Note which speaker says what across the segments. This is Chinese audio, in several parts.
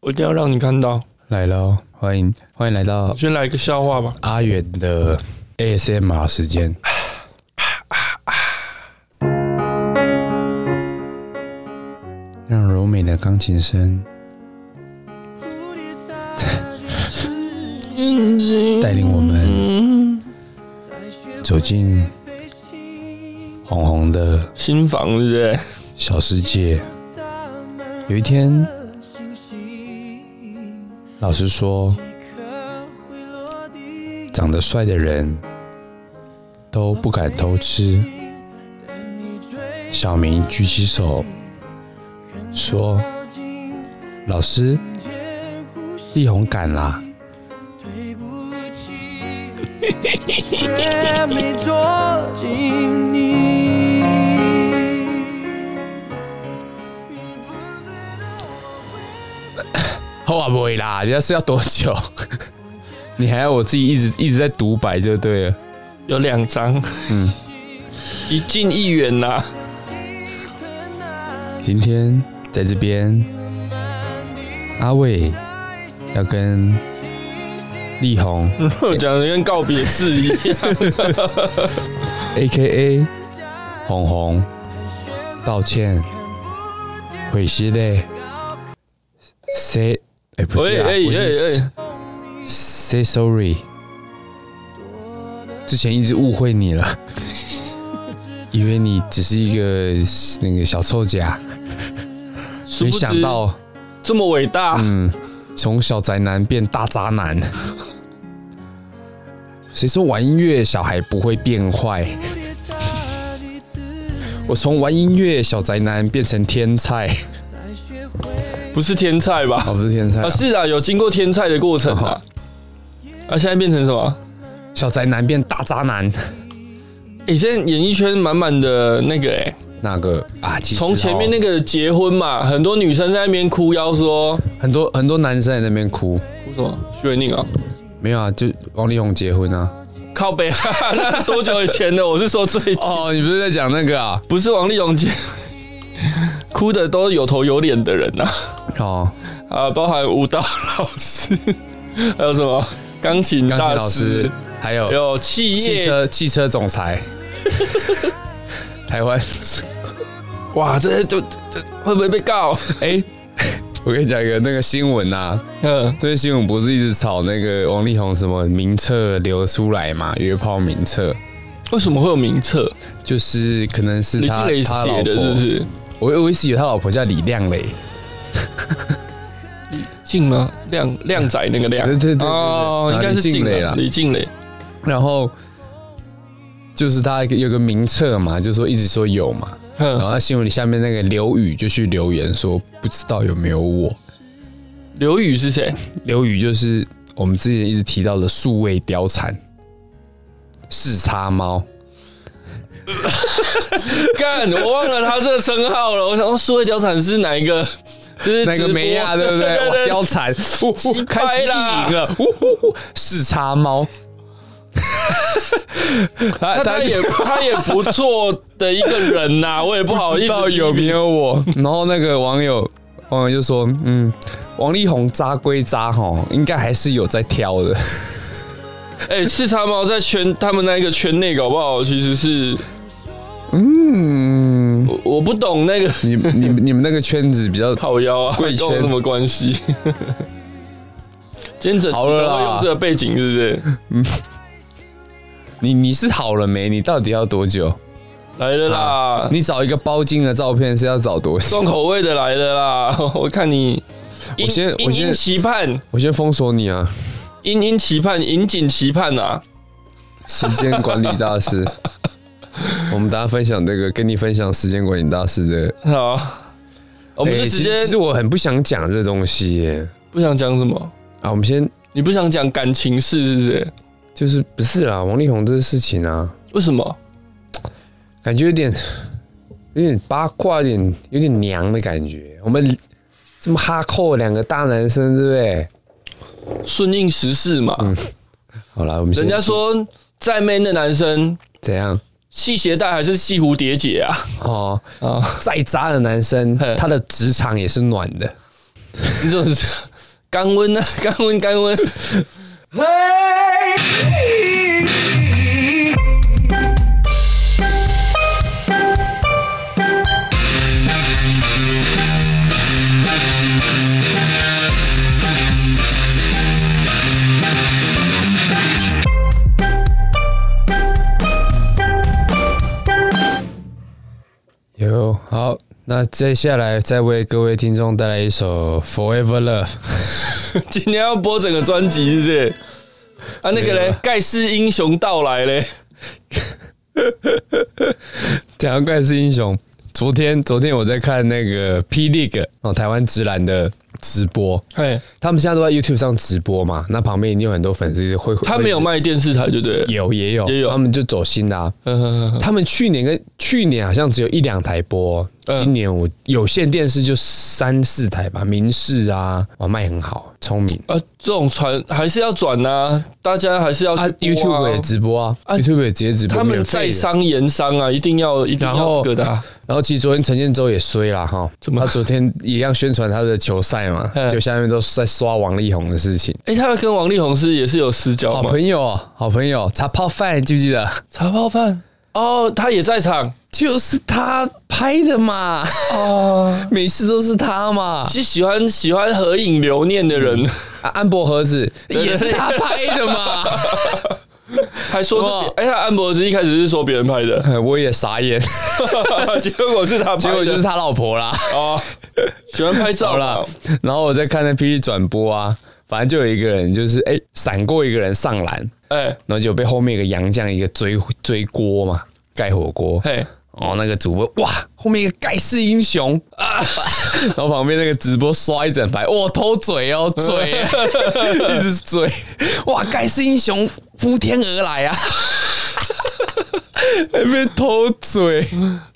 Speaker 1: 我一定要让你看到。
Speaker 2: 来喽，欢迎欢迎来到
Speaker 1: 先来一个笑话吧。
Speaker 2: 阿远的 ASMR 时间。让柔美的钢琴声带领我们
Speaker 1: 嗯
Speaker 2: 走进红红的
Speaker 1: 新房是不是？
Speaker 2: 小世界。有一天，老师说，长得帅的人都不敢偷吃。小明举起手说：“老师，力宏敢啦
Speaker 3: 却没捉紧你。！”
Speaker 2: 后啊不会啦，人家是要多久？ 你还要我自己一直一直在独白就对了。
Speaker 1: 有两张，
Speaker 2: 嗯，
Speaker 1: 一近一远呐、
Speaker 2: 今天在这边，阿伟要跟力 宏
Speaker 1: 我讲的跟告别式一样。
Speaker 2: A K A 红红道歉，悔惜嘞。Say 哎、不是
Speaker 1: 喂
Speaker 2: 啊，
Speaker 1: 哎
Speaker 2: 不是
Speaker 1: 哎
Speaker 2: Say sorry。之前一直误会 你了，以为你只是一个那个小臭甲，
Speaker 1: 哎，殊
Speaker 2: 没
Speaker 1: 不知
Speaker 2: 想到，
Speaker 1: 这么伟大，
Speaker 2: 嗯，从小宅男变大渣男。谁说玩音乐小孩不会变坏？我从玩音乐小宅男变成天才，
Speaker 1: 不是天才吧？
Speaker 2: 哦，不是天才、
Speaker 1: 啊，是啊，有经过天才的过程啊。啊，现在变成什么？
Speaker 2: 小宅男变大渣男。
Speaker 1: 哎、现在演艺圈满满的那个哎、
Speaker 2: 那个啊，其实
Speaker 1: 从前面那
Speaker 2: 个
Speaker 1: 个结婚嘛，很多女生在那边哭腰说，
Speaker 2: 很多很多男生在那边哭，
Speaker 1: 哭什么？徐伟宁啊，
Speaker 2: 没有啊，就王力宏结婚啊。
Speaker 1: 靠北， 哈哈那多久以前的？我是说最近，
Speaker 2: 哦，你不是在讲那个啊？
Speaker 1: 不是王力宏姐，哭的都有头有脸的人呐、
Speaker 2: 哦，
Speaker 1: 啊，包含舞蹈老师，还有什么钢琴
Speaker 2: 钢琴
Speaker 1: 大
Speaker 2: 老
Speaker 1: 师，
Speaker 2: 师，还有
Speaker 1: 有企
Speaker 2: 汽
Speaker 1: 业，
Speaker 2: 车汽车总 裁，台湾。
Speaker 1: 哇，这就这这会不会被告？
Speaker 2: 哎、我跟你讲一个那个新闻啊，
Speaker 1: 嗯，
Speaker 2: 最近新闻不是一直炒那个王力宏什么名册流出来嘛，约炮名册。
Speaker 1: 为什么会有名册？
Speaker 2: 就是可能是
Speaker 1: 李
Speaker 2: 他
Speaker 1: 静蕾
Speaker 2: 他老
Speaker 1: 写的，是
Speaker 2: 婆
Speaker 1: 不是？
Speaker 2: 我我一直以为他老婆叫李亮磊，
Speaker 1: 静吗？亮亮仔那个亮，
Speaker 2: 对对对对对
Speaker 1: 哦，应该是
Speaker 2: 李静
Speaker 1: 静
Speaker 2: 蕾啊
Speaker 1: 啦
Speaker 2: 啦
Speaker 1: 李静蕾。
Speaker 2: 然后就是他有个名册嘛，就说一直说有嘛，然
Speaker 1: 哼，
Speaker 2: 后他新闻里下面那个刘宇就去留言说不知道有没有我，
Speaker 1: 刘宇是谁？
Speaker 2: 刘宇就是我们之前一直提到的数位貂蝉。四叉猫，
Speaker 1: 干，我忘了他这个称号了。我想说，数位貂蝉是哪一个？就是
Speaker 2: 那
Speaker 1: 直
Speaker 2: 个
Speaker 1: 播
Speaker 2: 梅亚，对不 对？
Speaker 1: 对
Speaker 2: 哇
Speaker 1: 对对
Speaker 2: 貂蝉，呜呜，开始
Speaker 1: 掰啦
Speaker 2: 一个，呜呜呜，四叉猫。他
Speaker 1: 那 他也他也不错的一个人 呐，我也不好意
Speaker 2: 知道
Speaker 1: 思
Speaker 2: 有没有我。然后那个网友网友就说，嗯，王力宏渣归渣吼，应该还是有在挑的。
Speaker 1: 哎，四叉猫在圈他们那个圈内搞不好其实是
Speaker 2: 嗯，
Speaker 1: 我我不懂那个
Speaker 2: 你你你们那个圈 子比较
Speaker 1: 烤腰啊，
Speaker 2: 贵
Speaker 1: 跟我
Speaker 2: 圈
Speaker 1: 什么关系？ 今天整
Speaker 2: 好了啦
Speaker 1: 集都会用这个背景是不是？
Speaker 2: 你你是好了没？你到底要多久？
Speaker 1: 啊来了啦，
Speaker 2: 你找一个包茎的照片是要找多久？
Speaker 1: 重口味的来了啦！ 我看你，
Speaker 2: 我先
Speaker 1: 殷
Speaker 2: 我先
Speaker 1: 殷期盼，
Speaker 2: 我先封锁你啊！
Speaker 1: 殷殷期盼，引颈期盼啊！
Speaker 2: 时间管理大师， 我们大家分享这个，跟你分享时间管理大师的。
Speaker 1: 好，我们就
Speaker 2: 哎
Speaker 1: 直
Speaker 2: 其实
Speaker 1: 接
Speaker 2: 其实我很不想讲这东西耶
Speaker 1: 不想讲什么，
Speaker 2: 啊！我们先
Speaker 1: 你不想讲感情事是不是？
Speaker 2: 就是不是啦，王力宏这个事情啊，
Speaker 1: 为什么？
Speaker 2: 感觉有点有点八卦，有点有点娘的感觉。我们这么哈扣两个大男生，对不对？
Speaker 1: 顺应时势嘛。
Speaker 2: 嗯好了，我们先
Speaker 1: 人家说再 man 的男生
Speaker 2: 怎样
Speaker 1: 系鞋带还是系蝴蝶结啊？
Speaker 2: 哦？
Speaker 1: 啊，
Speaker 2: 再渣的男 生，
Speaker 1: 嘿
Speaker 2: 他的职场也是暖的。
Speaker 1: 你怎么知道？干温啊， 干温干温，
Speaker 3: Hey!
Speaker 2: 有好，那接下来再为各位听众带来一首《Forever Love》。
Speaker 1: 今天要播整个专辑是不是？啊，那个
Speaker 2: 没有
Speaker 1: 嘞
Speaker 2: 啊，
Speaker 1: 盖世英雄到来嘞，
Speaker 2: 讲到盖世英雄，昨天昨天我在看那个 P League 哦，台湾直男的直播，
Speaker 1: 嘿，
Speaker 2: 他们现在都在 YouTube 上直播嘛，那旁边一定有很多粉丝会，
Speaker 1: 他没有卖电视台，就对了。
Speaker 2: 有也有
Speaker 1: 也有
Speaker 2: 他们就走心的、啊。
Speaker 1: 嗯嗯嗯
Speaker 2: 他们去年跟去年好像只有一两台播，哦
Speaker 1: 嗯
Speaker 2: 今年我有线电视就三四台吧，民视啊，哇卖很好，聪明
Speaker 1: 啊，这种传还是要转呐，大家还是要去
Speaker 2: 啊
Speaker 1: 播啊
Speaker 2: ，YouTube 也直播啊
Speaker 1: 啊
Speaker 2: ，YouTube 也直接直播，
Speaker 1: 他们
Speaker 2: 免费
Speaker 1: 在
Speaker 2: 的
Speaker 1: 商言商啊，一定要一定
Speaker 2: 然
Speaker 1: 要
Speaker 2: 后
Speaker 1: 这个的啊。
Speaker 2: 然后其实昨天陈建州也衰了哈，
Speaker 1: 怎么
Speaker 2: 他昨天一样宣传他的球赛 嘛
Speaker 1: 嗯，
Speaker 2: 就下面都是在刷王力宏的事情。
Speaker 1: 哎，他跟王力宏是也是有私交
Speaker 2: 好
Speaker 1: 嘛？
Speaker 2: 朋友，啊好朋友，茶泡饭记不记得？
Speaker 1: 茶泡饭哦，他也在场
Speaker 2: 就是他拍的嘛，
Speaker 1: 哦。
Speaker 2: 每次都是他嘛。
Speaker 1: 是喜欢喜欢合影留念的人，
Speaker 2: 啊、安博盒子
Speaker 1: 对
Speaker 2: 也是他拍的嘛，
Speaker 1: 还说是
Speaker 2: 哇
Speaker 1: 别哎，他安博之一开始是说别人拍的，
Speaker 2: 我也傻 眼，
Speaker 1: 结果是他拍的，
Speaker 2: 结果就是他老婆啦。
Speaker 1: 哦，喜欢拍照
Speaker 2: 好
Speaker 1: 啦
Speaker 2: 啦。，然后我在看那 P 转播啊，反正就有一个人就是哎闪、过一个人上篮，
Speaker 1: 哎
Speaker 2: 然后就被后面一个洋将一个追追锅嘛，盖火锅。
Speaker 1: 嘿，
Speaker 2: 哦，那个主播哇，后面一个盖世英雄啊， 然后旁边那个直播刷一整排，哇，偷嘴哦，嘴， 一直嘴，哇，盖世英雄呼天而来啊， 还被偷嘴。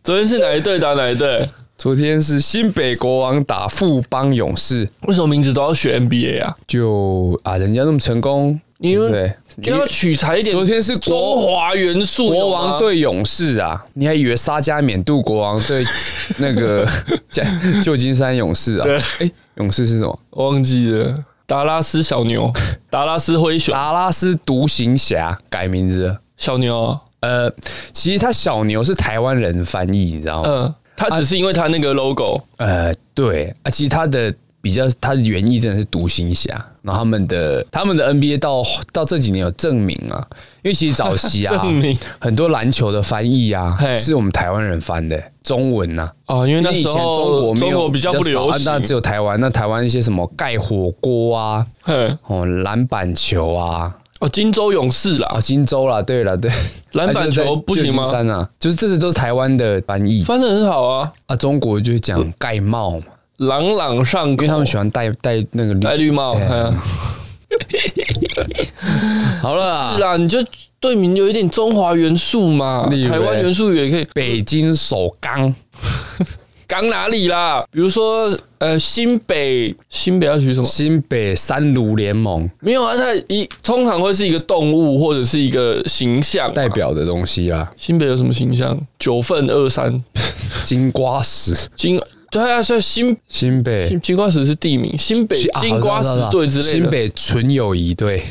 Speaker 1: 昨天是哪一队打哪一队？
Speaker 2: 昨天是新北国王打富邦勇士，
Speaker 1: 为什么名字都要学 NBA 啊？
Speaker 2: 就啊，人家那么成功，
Speaker 1: 你
Speaker 2: 对不对？
Speaker 1: 你要取材一点。
Speaker 2: 昨天是国
Speaker 1: 中华元素有吗
Speaker 2: 国王，对勇士啊，你还以为沙加缅度国王对 那个加旧金山勇士啊？哎、勇士是什么？
Speaker 1: 我忘记了。达拉斯小牛，达拉斯灰熊，
Speaker 2: 达拉斯独行侠改名字了。
Speaker 1: 小牛啊，
Speaker 2: 呃，其实他小牛是台湾人翻译，你知道吗？
Speaker 1: 嗯，他只是因为他那个 logo，
Speaker 2: 呃，对啊，其实他的比较，他的原意真的是独行侠。然后他们的他们的 NBA 到到这几年有证明啊，因为其实早期啊
Speaker 1: 证明，
Speaker 2: 很多篮球的翻译啊
Speaker 1: 嘿
Speaker 2: 是我们台湾人翻的中文啊呐、
Speaker 1: 哦，因为
Speaker 2: 因
Speaker 1: 那
Speaker 2: 为以
Speaker 1: 时
Speaker 2: 前
Speaker 1: 候
Speaker 2: 中国没有
Speaker 1: 比较不
Speaker 2: 少
Speaker 1: 流
Speaker 2: 啊那只
Speaker 1: 行，
Speaker 2: 有台湾。那台湾一些什么盖火锅啊，
Speaker 1: 嘿，
Speaker 2: 哦篮板球啊，
Speaker 1: 哦，金州勇士
Speaker 2: 啊
Speaker 1: 啦，
Speaker 2: 金州啦，对了对，
Speaker 1: 篮板球不行吗
Speaker 2: 旧金山啊，就是这些都是台湾的翻译
Speaker 1: 翻的很好啊，
Speaker 2: 啊，中国就讲盖帽嘛，
Speaker 1: 朗朗上口，
Speaker 2: 因为他们喜欢戴戴那个绿
Speaker 1: 戴绿帽，
Speaker 2: 对
Speaker 1: 嗯，
Speaker 2: 好了啊
Speaker 1: 是啦，你就队名有一点中华元素嘛，
Speaker 2: 你以为
Speaker 1: 台湾元素也可以，
Speaker 2: 北京首钢，
Speaker 1: 港哪里啦？比如说，呃，新北，新北要取什么？
Speaker 2: 新北三卢联盟
Speaker 1: 没有啊，它一通常会是一个动物或者是一个形象嘛
Speaker 2: 代。表的东西啊啦，
Speaker 1: 新北有什么形象？九份二三
Speaker 2: 金瓜石，
Speaker 1: 金，对啊，所以新
Speaker 2: 新北
Speaker 1: 新金瓜石是地名，新北
Speaker 2: 啊
Speaker 1: 金瓜石
Speaker 2: 好知道
Speaker 1: 队
Speaker 2: 知
Speaker 1: 之
Speaker 2: 道
Speaker 1: 类
Speaker 2: 新
Speaker 1: 的。
Speaker 2: 北纯友谊队，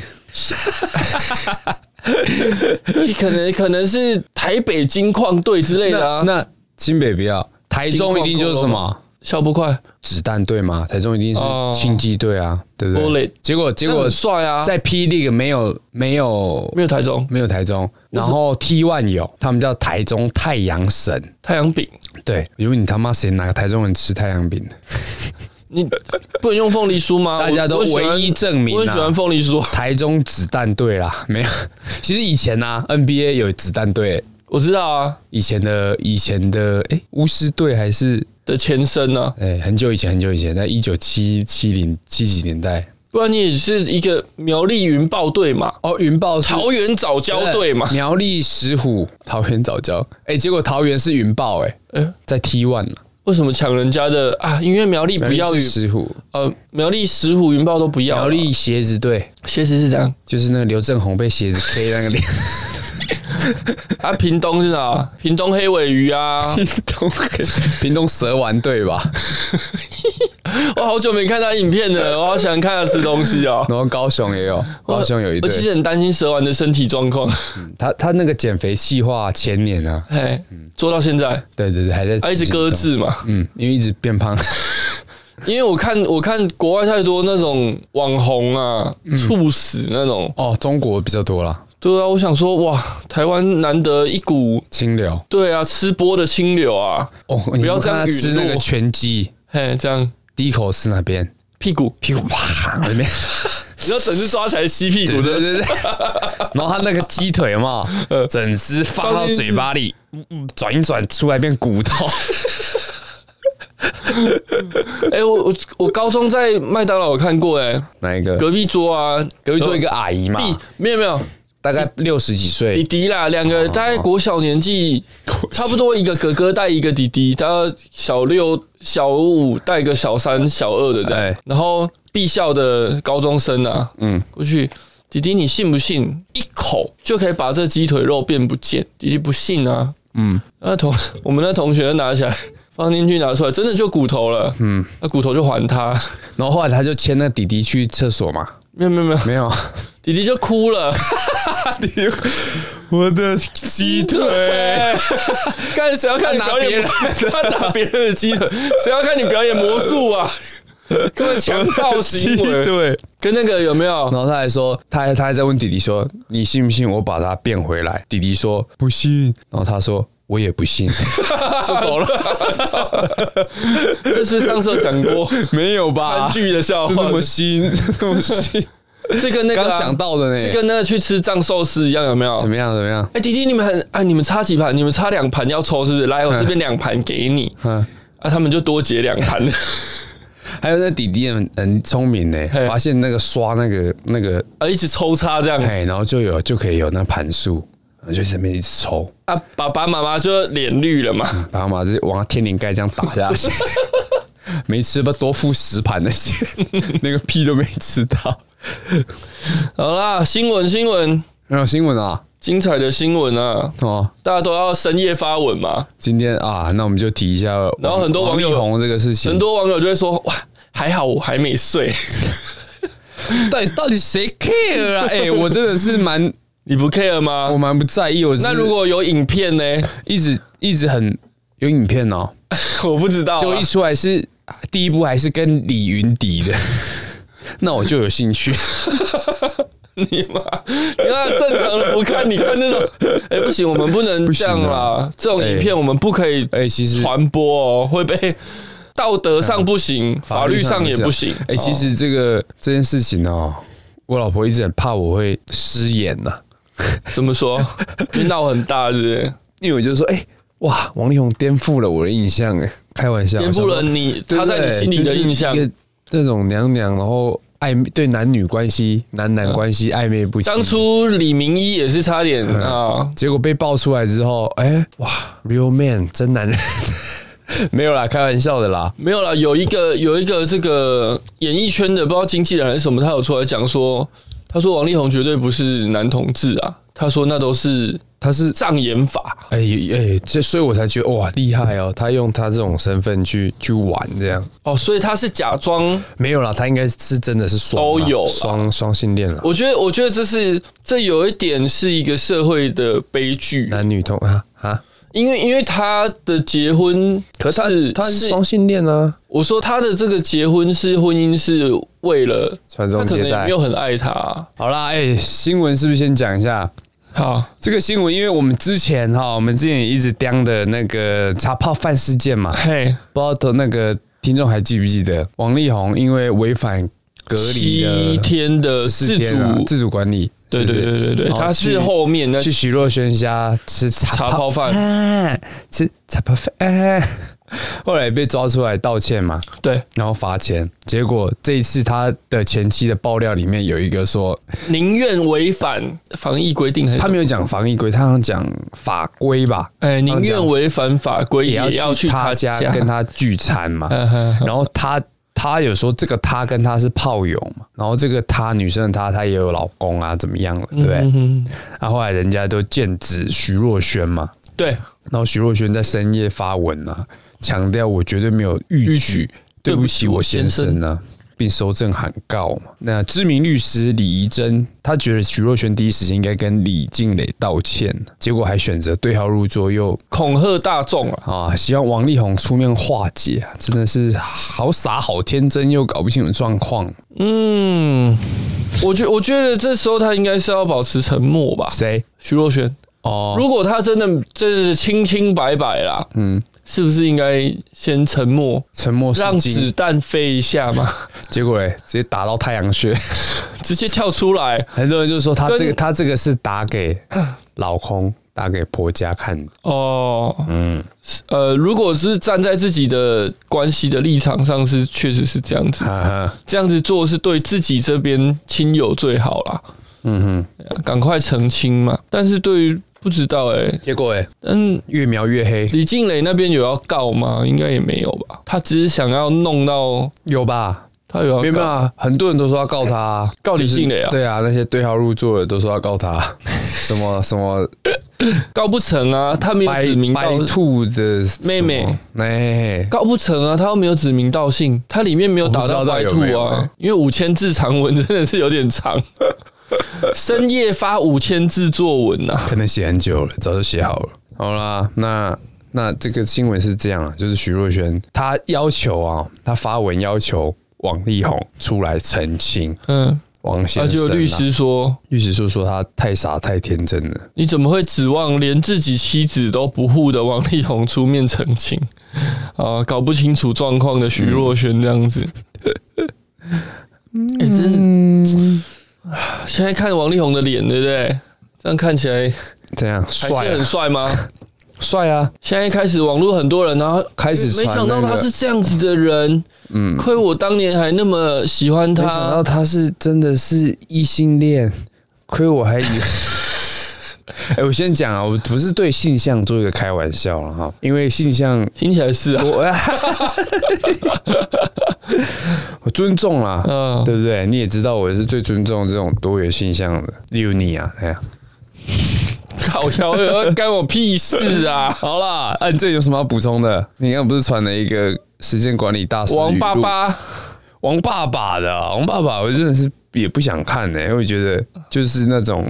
Speaker 1: 可 能可能是台北金矿队之类的
Speaker 2: 那
Speaker 1: 啊。
Speaker 2: 那新北不要，台中一定就是什
Speaker 1: 金矿
Speaker 2: 么
Speaker 1: 笑不快，
Speaker 2: 子弹队嘛，台中一定
Speaker 1: 哦
Speaker 2: 是庆记队啊，对不
Speaker 1: Bullet
Speaker 2: 对？结果结
Speaker 1: 这样
Speaker 2: 果
Speaker 1: 很帅啊，
Speaker 2: 在 P League 没有没有
Speaker 1: 没有台中
Speaker 2: 没有台中，然后 T One 有，他们叫台中太阳神。
Speaker 1: 太阳饼，
Speaker 2: 对，因为你他妈谁哪个台中人吃太阳饼的？
Speaker 1: 你不能用凤梨酥 吗？
Speaker 2: 大家都
Speaker 1: 我我喜欢
Speaker 2: 唯一证明啊
Speaker 1: 我很喜欢凤梨酥，
Speaker 2: 台中子弹队啦， 没有。其实以前呐、啊、，NBA 有子弹队，
Speaker 1: 我知道啊
Speaker 2: 以前的以前的诶，巫师队还是
Speaker 1: 的前身啊，
Speaker 2: 诶，很久以前很久以前，在一九七七零七几年代
Speaker 1: 不然你也是一个苗栗云豹队嘛，
Speaker 2: 哦，云豹是
Speaker 1: 桃园早教队嘛，
Speaker 2: 苗栗石虎桃园早教，诶，结果桃园是云豹诶，
Speaker 1: 诶
Speaker 2: 在 T one 了，
Speaker 1: 为什么抢人家的啊？因为苗栗不要
Speaker 2: 苗栗
Speaker 1: 云
Speaker 2: 是石虎，
Speaker 1: 呃苗栗石虎云豹都不要啊，
Speaker 2: 苗栗鞋子队
Speaker 1: 确实是这 样
Speaker 2: 就是那个刘正宏被鞋子 K 那 个脸，
Speaker 1: 啊。屏东是啥？屏 东黑尾鱼啊，
Speaker 2: 屏东屏东蛇丸队吧，
Speaker 1: 我好久没看他影片了，我好想看他吃东西哦。
Speaker 2: 然后高雄也有，高雄有一
Speaker 1: 我
Speaker 2: 对
Speaker 1: 其，实很担心蛇丸的身体状况，
Speaker 2: 他他那个减肥计划前年啊，
Speaker 1: 嘿，做到现在，啊
Speaker 2: 对对对，还在
Speaker 1: 他一直
Speaker 2: 执行
Speaker 1: 搁
Speaker 2: 中，
Speaker 1: 置嘛。
Speaker 2: 嗯，因为一直变胖， 嗯
Speaker 1: 因为我看我看国外太多那种网红啊，
Speaker 2: 嗯
Speaker 1: 猝死那种。
Speaker 2: 哦，中国比较多啦，
Speaker 1: 对啊，我想说，哇，台湾难得一股
Speaker 2: 清流
Speaker 1: 对啊吃播的清流啊，
Speaker 2: 哦，
Speaker 1: 不要
Speaker 2: 你
Speaker 1: 这样
Speaker 2: 看他吃
Speaker 1: 陨落
Speaker 2: 那个拳击，
Speaker 1: 嘿，这样
Speaker 2: 第一口吃哪边，
Speaker 1: 屁股，
Speaker 2: 屁股啪里面，
Speaker 1: 你要整只抓起来吸屁
Speaker 2: 对
Speaker 1: 股
Speaker 2: 对
Speaker 1: 的，
Speaker 2: 对 对，然后他那个鸡腿嘛，整只放到嘴巴里，嗯嗯转一转出来变骨 头，
Speaker 1: 哎、我我我高中在麦当劳有看过、哎，
Speaker 2: 哪一个？
Speaker 1: 隔壁桌啊，隔壁
Speaker 2: 做
Speaker 1: 桌
Speaker 2: 一
Speaker 1: 一个
Speaker 2: 个阿姨嘛，
Speaker 1: 壁，没有没有，
Speaker 2: 大概六十几
Speaker 1: 弟
Speaker 2: 岁，
Speaker 1: 弟啦，两个大概国小年纪，差不多一个哥哥带一个弟弟，大概小六、小五带个小三、小二的这样
Speaker 2: 哎。
Speaker 1: 然后毕校的高中生啊，嗯
Speaker 2: 嗯，
Speaker 1: 过去，弟弟你信不信？一口就可以把这鸡腿肉变不见？弟弟不信啊，嗯，那同 我们那同学拿起来。放进去拿出来，真的就骨头了。嗯，那骨头就还他，
Speaker 2: 然后后来他就牵那弟弟去厕所嘛，
Speaker 1: 没有没有没有，
Speaker 2: 没有，
Speaker 1: 弟弟就哭了。
Speaker 2: 我的鸡 腿，
Speaker 1: 看谁要 看你表演，他拿别人的鸡腿，谁要看你表演魔术 啊？根本强暴行为，
Speaker 2: 对，
Speaker 1: 跟那个有没有？
Speaker 2: 然后他还说，他还他还在问弟弟说，你信不信我把它变回来？弟弟说不信，然后他说我也不信，
Speaker 1: 就走了。 这是上次有讲过
Speaker 2: 没有吧
Speaker 1: 韩？剧的笑
Speaker 2: 这
Speaker 1: 话
Speaker 2: 那，么新，这么新，
Speaker 1: 这跟那个
Speaker 2: 刚
Speaker 1: 啊
Speaker 2: 想，到的
Speaker 1: 这
Speaker 2: 呢。
Speaker 1: 跟那个去吃藏寿司一样，有没有
Speaker 2: 怎？么样？怎么样？
Speaker 1: 哎，弟弟，你们很啊，你们差几盘？你们差两盘要抽是不是？来，我这边两盘给你。
Speaker 2: 嗯，
Speaker 1: 啊，他们就多结两 盘，
Speaker 2: 还有那弟弟很很聪明呢
Speaker 1: 嘿，
Speaker 2: 发现那个刷那个那个，
Speaker 1: 啊，一直抽插这样。
Speaker 2: 哎，然后就有就可以有那盘数，然后就在那边一直抽，
Speaker 1: 啊，爸爸妈妈就脸绿了嘛。
Speaker 2: 然后嘛，就往天灵盖这样打下 去，没吃吧，多付十盘那些，那个屁都没吃到。
Speaker 1: 好啦，新闻新闻，
Speaker 2: 然后新闻啊，
Speaker 1: 精彩的新闻啊！
Speaker 2: 哦，
Speaker 1: 大家都要深夜发文嘛，
Speaker 2: 今天啊，那我们就提一下王，
Speaker 1: 然后很多网友
Speaker 2: 王力宏这个事情，
Speaker 1: 很多网友就会说：“哇，还好我还没睡。
Speaker 2: 到底到底谁 care 啊？哎、我真的是蛮
Speaker 1: 你不 care 吗
Speaker 2: 我蛮不在意，我？”
Speaker 1: 那如果有影片呢？
Speaker 2: 一直一直很有影片哦，
Speaker 1: 我不知道、
Speaker 2: 结果
Speaker 1: 啊
Speaker 2: 一。出来是啊第一部还是跟李云 迪的，那我就有兴趣。
Speaker 1: 你妈！你看正常的不看，你看那种…… 哎、不行，我们不能这样
Speaker 2: 不行
Speaker 1: 啦
Speaker 2: 啊。
Speaker 1: 这种影片
Speaker 2: 对
Speaker 1: 我们不可以
Speaker 2: 哎、其实
Speaker 1: 传播哦，会被道德上不行，哎法律上也不行。
Speaker 2: 哎、其实这个、这件事情哦，我老婆一直很怕我会失言呐、
Speaker 1: 哦怎么 说？你闹很大是不是？
Speaker 2: 因为我就说，哎、哇，王力宏颠覆了我的印象，哎，开玩笑，
Speaker 1: 颠覆了你
Speaker 2: 我想
Speaker 1: 他
Speaker 2: 说
Speaker 1: 在你心里的印象。，
Speaker 2: 对不对就是一个那种娘娘，然后暧昧对男女关系、男男关系暧昧不
Speaker 1: 嗯
Speaker 2: 清，
Speaker 1: 当初李明一也是差点
Speaker 2: 嗯
Speaker 1: 啊，
Speaker 2: 结果被爆出来之后，哎、哇，real man 真男人， 没有啦，开玩笑的啦，
Speaker 1: 没有啦，有一个有一个这个演艺圈的不知道经纪人还是什么，他有出来讲说，他说王力宏绝对不是男同志啊，他说那都是
Speaker 2: 他是
Speaker 1: 障眼法，
Speaker 2: 哎哎，这、所以我才觉得哇厉害哦，他用他这种身份去去玩这样。
Speaker 1: 哦，所以他是假装。
Speaker 2: 没有啦，他应该是真的是双啦
Speaker 1: 都有啦
Speaker 2: 双双性恋了，
Speaker 1: 我觉得，我觉得这是这有一点是一个社会的悲剧，
Speaker 2: 男女同啊啊，
Speaker 1: 因为因为他的结婚，
Speaker 2: 可他
Speaker 1: 是
Speaker 2: 他是
Speaker 1: 是
Speaker 2: 双性恋啊，
Speaker 1: 我说他的这个结婚是婚姻是为了
Speaker 2: 传
Speaker 1: 他
Speaker 2: 宗
Speaker 1: 可能
Speaker 2: 接
Speaker 1: 也
Speaker 2: 代
Speaker 1: 没。有很爱他啊、
Speaker 2: 好啦，哎、新闻是不是先讲一下
Speaker 1: 好，
Speaker 2: 这个新闻？因为我们之前哈，我们之前也一直刁的那个茶泡饭事 件嘛，
Speaker 1: 嘿，
Speaker 2: 不知道都那个听众还记不记得王力宏因为违反隔离
Speaker 1: 七
Speaker 2: 的
Speaker 1: 天的自
Speaker 2: 14天啊
Speaker 1: 主
Speaker 2: 自主管理，
Speaker 1: 对对
Speaker 2: 是不是
Speaker 1: 对对对，
Speaker 2: 然
Speaker 1: 他
Speaker 2: 去
Speaker 1: 是后面那
Speaker 2: 去徐若瑄家吃
Speaker 1: 茶
Speaker 2: 茶泡
Speaker 1: 泡饭，
Speaker 2: 饭， 吃茶泡饭， 后来被抓出来道歉嘛，
Speaker 1: 对，
Speaker 2: 然后罚钱。结果这一次他的前妻的爆料里面有一个说，
Speaker 1: 宁愿违反防疫规定，还是
Speaker 2: 他没有讲防疫规，他好像讲法规吧，
Speaker 1: 哎，宁
Speaker 2: 他
Speaker 1: 愿
Speaker 2: 讲
Speaker 1: 违反法规也要去
Speaker 2: 他
Speaker 1: 家
Speaker 2: 跟他聚餐嘛。
Speaker 1: 嗯哼哼
Speaker 2: 然后他他有说这个他跟他是炮友嘛，然后这个他女生的他她也有老公啊，怎么样了，对不对？然
Speaker 1: 嗯，
Speaker 2: 后、后来人家都剑指徐若瑄嘛，
Speaker 1: 对，
Speaker 2: 然后徐若瑄在深夜发文啊，强调我绝对没有逾矩，对不起，我先生呢、并收证函告嘛。那知名律师李怡珍，他觉得徐若瑄第一时间应该跟李静蕾道歉，结果还选择对号入座又，
Speaker 1: 恐吓大众啊！
Speaker 2: 啊，希望王力宏出面化解啊，真的是好傻、好天真，又搞不清楚状况。
Speaker 1: 嗯，我觉我觉得这时候他应该是要保持沉默吧。
Speaker 2: 谁？
Speaker 1: 徐若瑄，
Speaker 2: 哦，
Speaker 1: 如果他真的真的是清清白白啦，
Speaker 2: 嗯，
Speaker 1: 是不是应该先沉默，
Speaker 2: 沉默是
Speaker 1: 让
Speaker 2: 金
Speaker 1: 子。弹飞一下嘛？
Speaker 2: 结果嘞，直接打到太阳穴。
Speaker 1: 直接跳出来
Speaker 2: 很多人就说他
Speaker 1: 跟
Speaker 2: 这个他这个是打给老公，打给婆家看的。
Speaker 1: 哦。嗯，呃，如果是站在自己的关系的立场上，是确实是这样子，
Speaker 2: 哈哈，
Speaker 1: 这样子做是对自己这边亲友最好啦。
Speaker 2: 嗯哼。
Speaker 1: 赶快澄清嘛。但是对于不知道哎、
Speaker 2: 结果哎，
Speaker 1: 嗯，
Speaker 2: 越描越黑，
Speaker 1: 李静蕾那边有要告吗？应该也没有吧。他只是想要弄到
Speaker 2: 有吧？
Speaker 1: 他有
Speaker 2: 没
Speaker 1: 要
Speaker 2: 有
Speaker 1: 告
Speaker 2: 啊，很多人都说要告他啊，
Speaker 1: 告李静蕾啊，
Speaker 2: 对啊，那些对号入座的都说要告他，啊 什么什么
Speaker 1: 告不成啊，他没有
Speaker 2: 白
Speaker 1: 指名道
Speaker 2: 白兔的什么
Speaker 1: 妹妹，
Speaker 2: 哎，
Speaker 1: 告不成啊，他又没有指名道姓，他里面没有打到白
Speaker 2: 我
Speaker 1: 兔
Speaker 2: 不知道有没有
Speaker 1: 啊， 因为五千字长文真的是有点长。 深夜发五千字作文呐、啊，
Speaker 2: 可能写很久了，早就写好了。好啦，那那这个新闻是这样啊，就是徐若瑄她要求啊，她发文要求王力宏出来澄清，
Speaker 1: 嗯，
Speaker 2: 王先生、
Speaker 1: 而
Speaker 2: 啊，
Speaker 1: 且有律师说，
Speaker 2: 律师就说他太傻太天真了，
Speaker 1: 你怎么会指望连自己妻子都不护的王力宏出面澄清？ 啊，搞不清楚状况的徐若瑄这样子。哎、真的，唉现在看王力宏的脸，对不对？这样看起来
Speaker 2: 这样
Speaker 1: 还
Speaker 2: 帅
Speaker 1: 是很
Speaker 2: 啊
Speaker 1: 帅 吗？
Speaker 2: 帅啊，
Speaker 1: 现在开始网络很多人，然后
Speaker 2: 开始
Speaker 1: 没
Speaker 2: 传
Speaker 1: 想到
Speaker 2: 那
Speaker 1: 他
Speaker 2: 个
Speaker 1: 是这样子的人，嗯，亏我当年还那么喜欢
Speaker 2: 没想到
Speaker 1: 他。
Speaker 2: 他是真的是异性恋，亏我还 以为。哎、我先讲啊，我不是对性向做一个开玩笑了哈，因为性 向
Speaker 1: 听起来是啊，
Speaker 2: 我 我尊重啦，
Speaker 1: 嗯
Speaker 2: 对不对？你也知道我是最尊重这种多元性向的，例如你啊，哎呀，
Speaker 1: 靠腰，要干我屁事啊！
Speaker 2: 好啦，啊，你这里有什么要补充的？你刚刚不是传了一个时间管理大师
Speaker 1: 王爸
Speaker 2: 语录
Speaker 1: 爸，
Speaker 2: 王爸爸的啊、王爸爸，我真的是也不想看呢、因为我觉得就是那种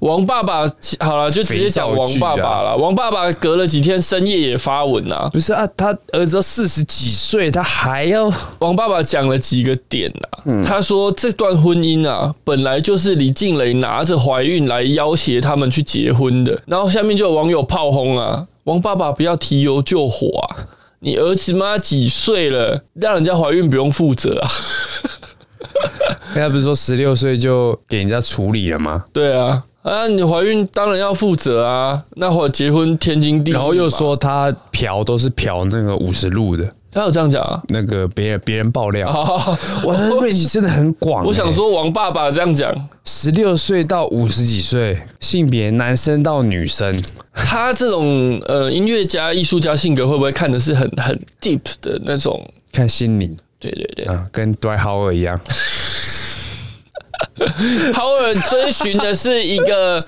Speaker 1: 王爸爸，好了，就直接讲王
Speaker 2: 啊
Speaker 1: 爸爸了。王爸爸隔了几天深夜也发文啊，
Speaker 2: 不是啊，他儿子都四十几岁，他还要
Speaker 1: 王爸爸讲了几个点啊，
Speaker 2: 嗯
Speaker 1: 他说这段婚姻啊，本来就是李静蕾拿着怀孕来要挟他们去结婚的，然后下面就有网友炮轰啊，王爸爸不要提油救火啊，你儿子妈几岁了，让人家怀孕不用负责啊？
Speaker 2: 他不是说十六岁就给人家处理了吗？
Speaker 1: 对啊，啊，你怀孕当然要负责啊，那会儿结婚天经地义嘛，
Speaker 2: 然后又说他嫖都是嫖那个五十路的
Speaker 1: 他有这样讲啊。
Speaker 2: 那个别人别人爆料，
Speaker 1: 好，
Speaker 2: 哇，他的面积真的很广欸、
Speaker 1: 我想说，王爸爸这样讲，
Speaker 2: 十六岁到五十几岁，性别男生到女生，
Speaker 1: 他这种呃音乐家、艺术家性格会不会看的是很很 deep 的那种？
Speaker 2: 看心灵
Speaker 1: 对对 对，
Speaker 2: 啊，跟 d w i g h o w a r 一样，
Speaker 1: 好尔追寻的是一个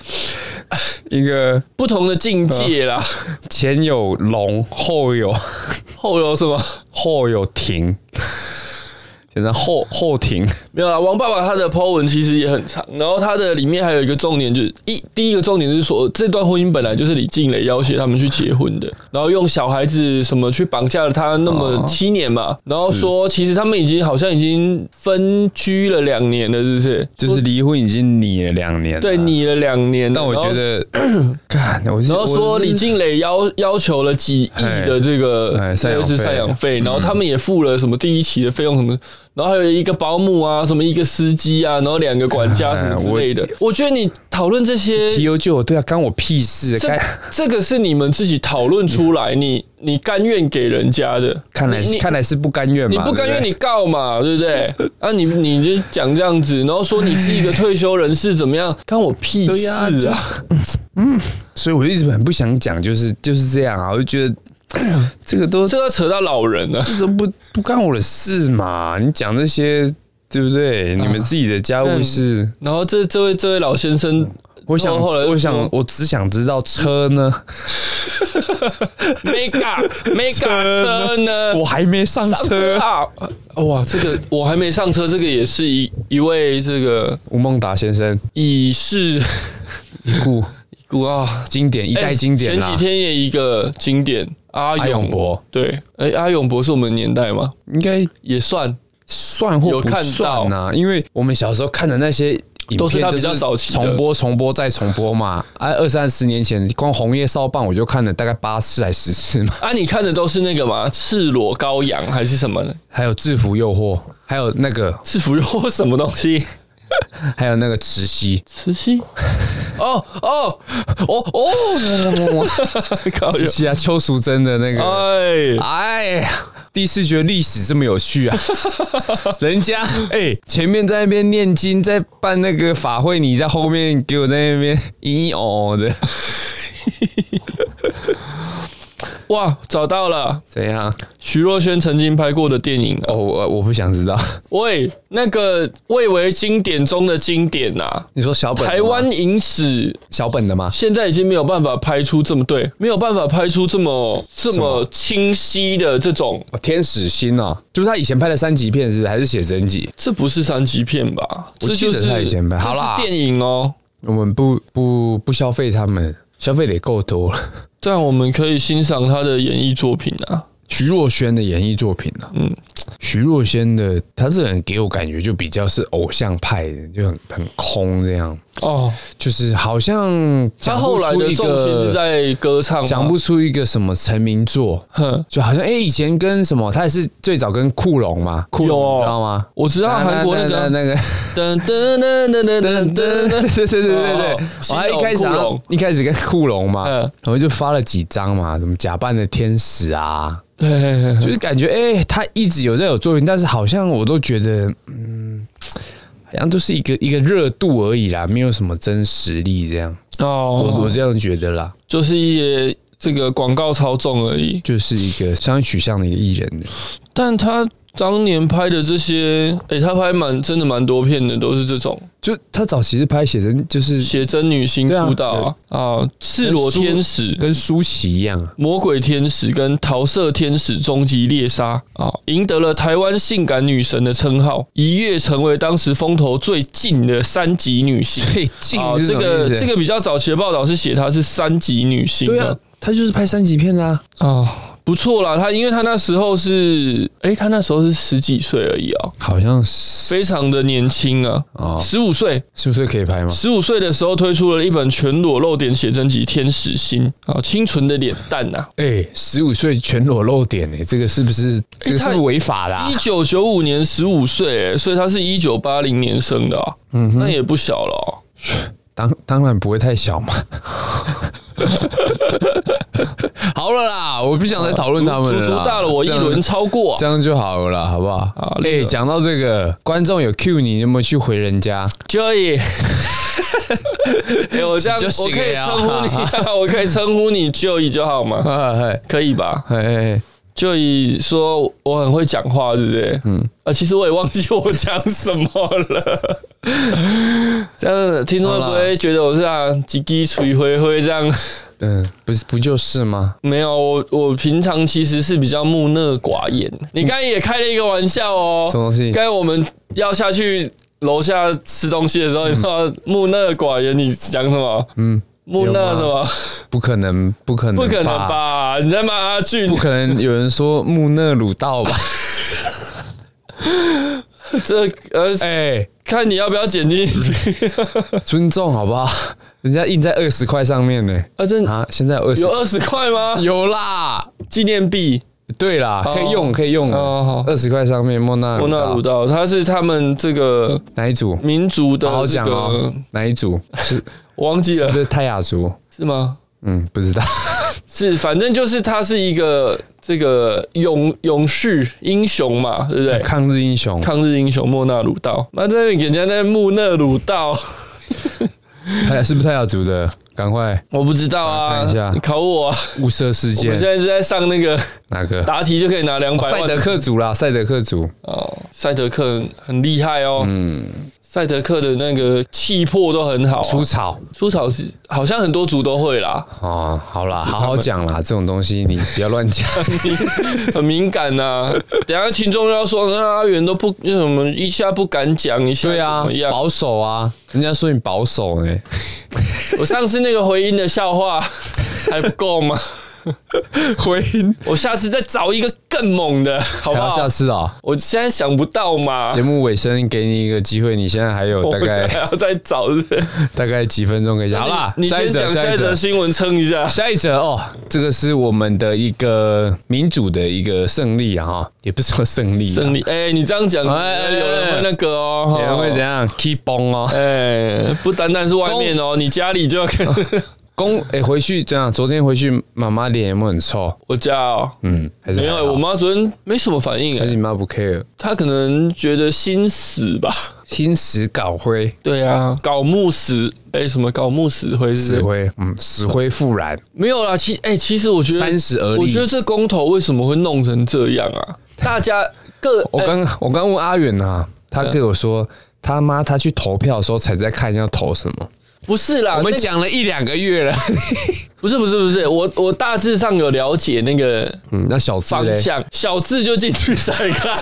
Speaker 2: 一个
Speaker 1: 不同的境界啦。
Speaker 2: 前有龙，后有
Speaker 1: 后有什么？
Speaker 2: 后有庭， 简称后后庭。
Speaker 1: 没有啦。王爸爸他的 po 文其实也很长，然后他的里面还有一个重点，就是一第一个重点就是说，这段婚姻本来就是李静蕾要挟他们去结婚的，然后用小孩子什么去绑架了他那么七年嘛，然后说其实他们已经好像已经分居了两年了，是不是？
Speaker 2: 就是离婚已经拟了两年了，
Speaker 1: 对，拟了两年了，
Speaker 2: 但我
Speaker 1: 然后
Speaker 2: 觉得，干，我是
Speaker 1: 然后说
Speaker 2: 我是
Speaker 1: 李静蕾要要求了几亿的这个
Speaker 2: 哎赡养
Speaker 1: 类似
Speaker 2: 费嗯
Speaker 1: 赡养费，然后他们也付了什么第一期的费用什么，然后还有一个保姆啊，什么一个司机啊，然后两个管
Speaker 2: 哎
Speaker 1: 家什么之类的。我觉得你讨论这
Speaker 2: 提
Speaker 1: 些，
Speaker 2: 油救我，对啊，干我屁事，
Speaker 1: 这
Speaker 2: 该
Speaker 1: 这个是你们自己讨论出来，你你甘愿给人家的，
Speaker 2: 看来
Speaker 1: 你
Speaker 2: 看来是不甘愿
Speaker 1: 你
Speaker 2: 嘛，
Speaker 1: 不甘愿
Speaker 2: 对
Speaker 1: 你告嘛，对不 对？啊，你你就讲这样子，然后说你是一个退休人士怎么样，干我屁
Speaker 2: 对
Speaker 1: 事
Speaker 2: 呀这
Speaker 1: 啊！
Speaker 2: 不对，所以我一直很不想讲，就是就是这样啊，我就 觉得这个都
Speaker 1: 这个扯到老人了。
Speaker 2: 这都不不干我的事嘛，你讲这些对不对？你们
Speaker 1: 啊
Speaker 2: 自己的家务事，
Speaker 1: 然后这这位这位老先生
Speaker 2: 我想
Speaker 1: 后来就
Speaker 2: 我想
Speaker 1: 说
Speaker 2: 我只想知道车呢，
Speaker 1: mega mega 车 呢？
Speaker 2: 我还没上
Speaker 1: 上车
Speaker 2: 车。
Speaker 1: 啊！哇，这个我还没上车，这个也是一一位这个
Speaker 2: 吴孟达先生，
Speaker 1: 已逝
Speaker 2: 已故
Speaker 1: 古啊，
Speaker 2: 经典一代经典
Speaker 1: 前
Speaker 2: 啦
Speaker 1: 几。天也一个经典阿
Speaker 2: 阿
Speaker 1: 永
Speaker 2: 永博
Speaker 1: 对，哎、阿永博是我们年代吗？
Speaker 2: 应该
Speaker 1: 也算，
Speaker 2: 算或
Speaker 1: 有
Speaker 2: 不
Speaker 1: 看
Speaker 2: 算啊，因为我们小时候看的那些。
Speaker 1: 都是他比较早期的
Speaker 2: 重播、重播再重播嘛。 啊，二三十年前，光《红叶少棒》我就看了大概八次还十次嘛。
Speaker 1: 啊，你看的都是那个嘛，赤裸羔羊还是什么呢？
Speaker 2: 还有《制服诱惑》，还有那个，
Speaker 1: 制服肉什么东西？
Speaker 2: 还有那个慈 禧，
Speaker 1: 慈禧？哦哦哦哦！ 靠
Speaker 2: 慈禧啊，邱淑贞的那个。
Speaker 1: 哎，
Speaker 2: 哎呀，第一次觉得历史这么有趣 啊！人家哎、前面在那边念经，在办那个法会，你在后面给我在那边 嘤嘤哦哦的，
Speaker 1: 哇，找到了
Speaker 2: 怎样？
Speaker 1: 徐若瑄曾经拍过的电影啊
Speaker 2: 哦，我我不想知道。
Speaker 1: 喂，那个蔚为经典中的经典呐、
Speaker 2: 你说小本的吗
Speaker 1: 台湾影史
Speaker 2: 小本的吗？
Speaker 1: 现在已经没有办法拍出这么对，没有办法拍出这么这么清晰的这种，
Speaker 2: 哦天使心哦，
Speaker 1: 啊
Speaker 2: 就是他以前拍的三级片，是不是？还是写真集？
Speaker 1: 这不是三级片吧？
Speaker 2: 我
Speaker 1: 这
Speaker 2: 记
Speaker 1: 就
Speaker 2: 得
Speaker 1: 是
Speaker 2: 他以前拍好啦
Speaker 1: 这是电影哦。
Speaker 2: 我们不不不消费他们，消费得够多了。
Speaker 1: 这样我们可以欣赏他的演艺作品啊。
Speaker 2: 徐若瑄的演艺作品呢、啊？
Speaker 1: 嗯
Speaker 2: 嗯，徐若瑄的，她这个人给我感觉就比较是偶像派的，就很很空这样，
Speaker 1: 哦，
Speaker 2: 就是好像
Speaker 1: 他
Speaker 2: 讲不
Speaker 1: 后来
Speaker 2: 出
Speaker 1: 的
Speaker 2: 一
Speaker 1: 重
Speaker 2: 个
Speaker 1: 心是在歌唱吗，
Speaker 2: 讲不出一个什么成名作，
Speaker 1: 哼，
Speaker 2: 就好像哎、诶以前跟什么，他也是最早跟库龙嘛，库
Speaker 1: 有
Speaker 2: 龙
Speaker 1: 哦
Speaker 2: 你知道吗？
Speaker 1: 我知道韩国那个
Speaker 2: 那个。
Speaker 1: 噔噔噔噔噔噔噔
Speaker 2: 对对对对对
Speaker 1: 哦
Speaker 2: 对，我还一开始
Speaker 1: 新龙库
Speaker 2: 啊
Speaker 1: 龙
Speaker 2: 一开始跟库龙嘛，
Speaker 1: 嗯
Speaker 2: 然后就发了几张嘛，什么假扮的天使啊，
Speaker 1: 嘿嘿嘿
Speaker 2: 就是感觉哎、他一直有在有作品，但是好像我都觉得，嗯，好像都是一个一个热度而已啦，没有什么真实力这样，我
Speaker 1: 哦
Speaker 2: 我，这样觉得啦，
Speaker 1: 就是一些这个广告操纵而已。
Speaker 2: 就是一个商业取向的一个艺人的，
Speaker 1: 但他当年拍的这些，诶、他拍蛮真的蛮多片的，都是这种
Speaker 2: 就他早期是拍写真，就是
Speaker 1: 写真女星
Speaker 2: 对啊
Speaker 1: 出道啊，啊，赤裸天使。
Speaker 2: 跟舒淇一样啊，
Speaker 1: 魔鬼天使跟桃色天使终极猎杀啊，赢得了台湾性感女神的称号，一跃成为当时风头最劲的三级女星。
Speaker 2: 最近
Speaker 1: 啊，
Speaker 2: 是
Speaker 1: 这
Speaker 2: 什么
Speaker 1: 个
Speaker 2: 意思
Speaker 1: 这个比较早期的报道是写她是三级女星
Speaker 2: 对
Speaker 1: 的
Speaker 2: 啊，他就是拍三级片的啊，
Speaker 1: 啊不错啦，她因为她那时候是，诶、她那时候是十几岁而已啊，
Speaker 2: 好像是
Speaker 1: 非常的年轻啊，
Speaker 2: 哦，
Speaker 1: 十五岁，
Speaker 2: 是不是可以拍吗？
Speaker 1: 十五岁的时候推出了一本全裸露点写真集《天使心》啊，清纯的脸蛋啊呐、
Speaker 2: 哎，十五岁全裸露点呢、这个是不是这个是不
Speaker 1: 哎
Speaker 2: 是违法的、啊
Speaker 1: 一？九九五年十五岁，欸所以他是一九八零年生的、啊，
Speaker 2: 嗯
Speaker 1: 那也不小了、哦。
Speaker 2: 当当然不会太小嘛。 好了啦，我不想再讨论他们
Speaker 1: 足
Speaker 2: 了
Speaker 1: 足
Speaker 2: 啦，
Speaker 1: 哦大了我一
Speaker 2: 啊这样
Speaker 1: 轮，啊超过啊
Speaker 2: 这样就好了啦，好不好？
Speaker 1: 好
Speaker 2: 哎、
Speaker 1: 那个
Speaker 2: 讲到这个，观众有 Q 你，你有没有去回人家？
Speaker 1: Joy。哎，我这样
Speaker 2: 就行
Speaker 1: 我
Speaker 2: 了
Speaker 1: 可以
Speaker 2: 呀
Speaker 1: 称呼你、 我可以称呼你 Joy 就好吗？
Speaker 2: 哎
Speaker 1: 可以吧
Speaker 2: 哎哎，
Speaker 1: ？Joy 说我很会讲话，对不对？嗯，啊，其实我也忘记我讲什么了。 这样听众会不会觉得我是啊叽叽吹灰灰这样？
Speaker 2: 嗯，不是不就是吗？
Speaker 1: 没有，我我平常其实是比较木讷寡言。你刚才也开了一个玩笑哦，
Speaker 2: 什么东西
Speaker 1: 刚才我们要下去楼下吃东西的时候，你说木讷寡言，你讲什么？嗯，木讷什么？
Speaker 2: 不可能，不可能，
Speaker 1: 不可能？吧？你在骂阿俊
Speaker 2: 不，可能有人说穆勒 鲁道吧？
Speaker 1: 这 呃，
Speaker 2: 哎、
Speaker 1: 看你要不要剪进去
Speaker 2: 尊重好不好？人家印在二十块上面呢、
Speaker 1: 啊？这
Speaker 2: 啊，现在二十
Speaker 1: 有二十块吗？
Speaker 2: 有啦，
Speaker 1: 纪念币，
Speaker 2: 对啦，
Speaker 1: 哦
Speaker 2: 可以用，可以用
Speaker 1: 哦
Speaker 2: 的，二十块上面莫纳
Speaker 1: 莫纳鲁道，他是他们这个
Speaker 2: 哪一组？
Speaker 1: 民族的
Speaker 2: 好好
Speaker 1: 这
Speaker 2: 讲哦
Speaker 1: 个，，
Speaker 2: 哪 一组是
Speaker 1: 我忘记
Speaker 2: 是不
Speaker 1: 了
Speaker 2: 是泰雅族？
Speaker 1: 是吗？
Speaker 2: 嗯，不知道。
Speaker 1: 是，反正就是他是一个这个勇勇士英雄嘛，对不对？
Speaker 2: 抗日英雄，
Speaker 1: 抗日英雄莫纳鲁道，那这边给人家那穆勒鲁道，
Speaker 2: 泰哎雅是不是泰雅族的？赶快
Speaker 1: 我不知道啊，
Speaker 2: 看一下
Speaker 1: 你考我、啊，
Speaker 2: 物色事
Speaker 1: 我们现
Speaker 2: 件，
Speaker 1: 在是在上那个
Speaker 2: 哪个？
Speaker 1: 答题就可以拿两
Speaker 2: 哦
Speaker 1: 百
Speaker 2: 赛
Speaker 1: 万
Speaker 2: 德克族啦，赛德克族。
Speaker 1: 哦，赛德克很厉害哦，嗯，赛德克的那个气魄都很好啊、
Speaker 2: 除草
Speaker 1: 出草是好像很多族都会啦，
Speaker 2: 哦，好啦，好好讲啦，这种东西你不要 乱讲。
Speaker 1: 很敏感呐、等一下听众又要说，那阿元都不那什么一下不敢讲，一下
Speaker 2: 对啊
Speaker 1: 怎么，样
Speaker 2: 保守啊，人家说你保守呢、
Speaker 1: 我上次那个回音的笑 话还不够吗？
Speaker 2: 回音，
Speaker 1: 我下次再找一个更猛的，好
Speaker 2: 还
Speaker 1: 不
Speaker 2: 要
Speaker 1: 好？
Speaker 2: 下次啊、
Speaker 1: 我现在想不到嘛
Speaker 2: 节，目尾声给你一个机会，你现在还有
Speaker 1: 我
Speaker 2: 大
Speaker 1: 现在
Speaker 2: 概
Speaker 1: 还要再找是不是
Speaker 2: 大概几分钟可以讲。好啦，
Speaker 1: 你你
Speaker 2: 下
Speaker 1: 先
Speaker 2: 一则，
Speaker 1: 讲
Speaker 2: 下
Speaker 1: 下
Speaker 2: 一
Speaker 1: 一
Speaker 2: 则
Speaker 1: 则，新闻撑一下。
Speaker 2: 下一则哦，这个是我们的一个民主的一个胜利啊，哈，也不是说胜利啊，
Speaker 1: 胜利，哎，你这样讲，
Speaker 2: 哎
Speaker 1: 哎，有人会那个哦，
Speaker 2: 有人会怎样？keep on 哦，
Speaker 1: 哎，不单单是外面哦，你家里就要看
Speaker 2: 公哎、回去怎样？昨天回去妈妈脸有没有很臭？
Speaker 1: 我家哦。
Speaker 2: 嗯，还是
Speaker 1: 没有、
Speaker 2: 还
Speaker 1: 哎
Speaker 2: 好
Speaker 1: 我妈昨天没什么反应哎、
Speaker 2: 还是你妈不 care，
Speaker 1: 她可能觉得心死吧。
Speaker 2: 心死搞灰，
Speaker 1: 对啊，搞木死，哎、什么搞木死灰是
Speaker 2: 死
Speaker 1: 不是
Speaker 2: 灰，嗯，死灰复燃，
Speaker 1: 没有啦。其哎、其实我觉得
Speaker 2: 三十而立。
Speaker 1: 我觉得这公投为什么会弄成这样啊？大家各
Speaker 2: 我
Speaker 1: 哎嗯
Speaker 2: 刚我刚问阿远啊，他跟我说他妈他去投票的时候才在看要投什么。
Speaker 1: 不是啦，
Speaker 2: 我们
Speaker 1: 那
Speaker 2: 讲了一两个月 了，
Speaker 1: 不是不是不是，我我大致上有了解那个
Speaker 2: 嗯，那小智
Speaker 1: 方
Speaker 2: 嘞，
Speaker 1: 向，小字就进去 再 看，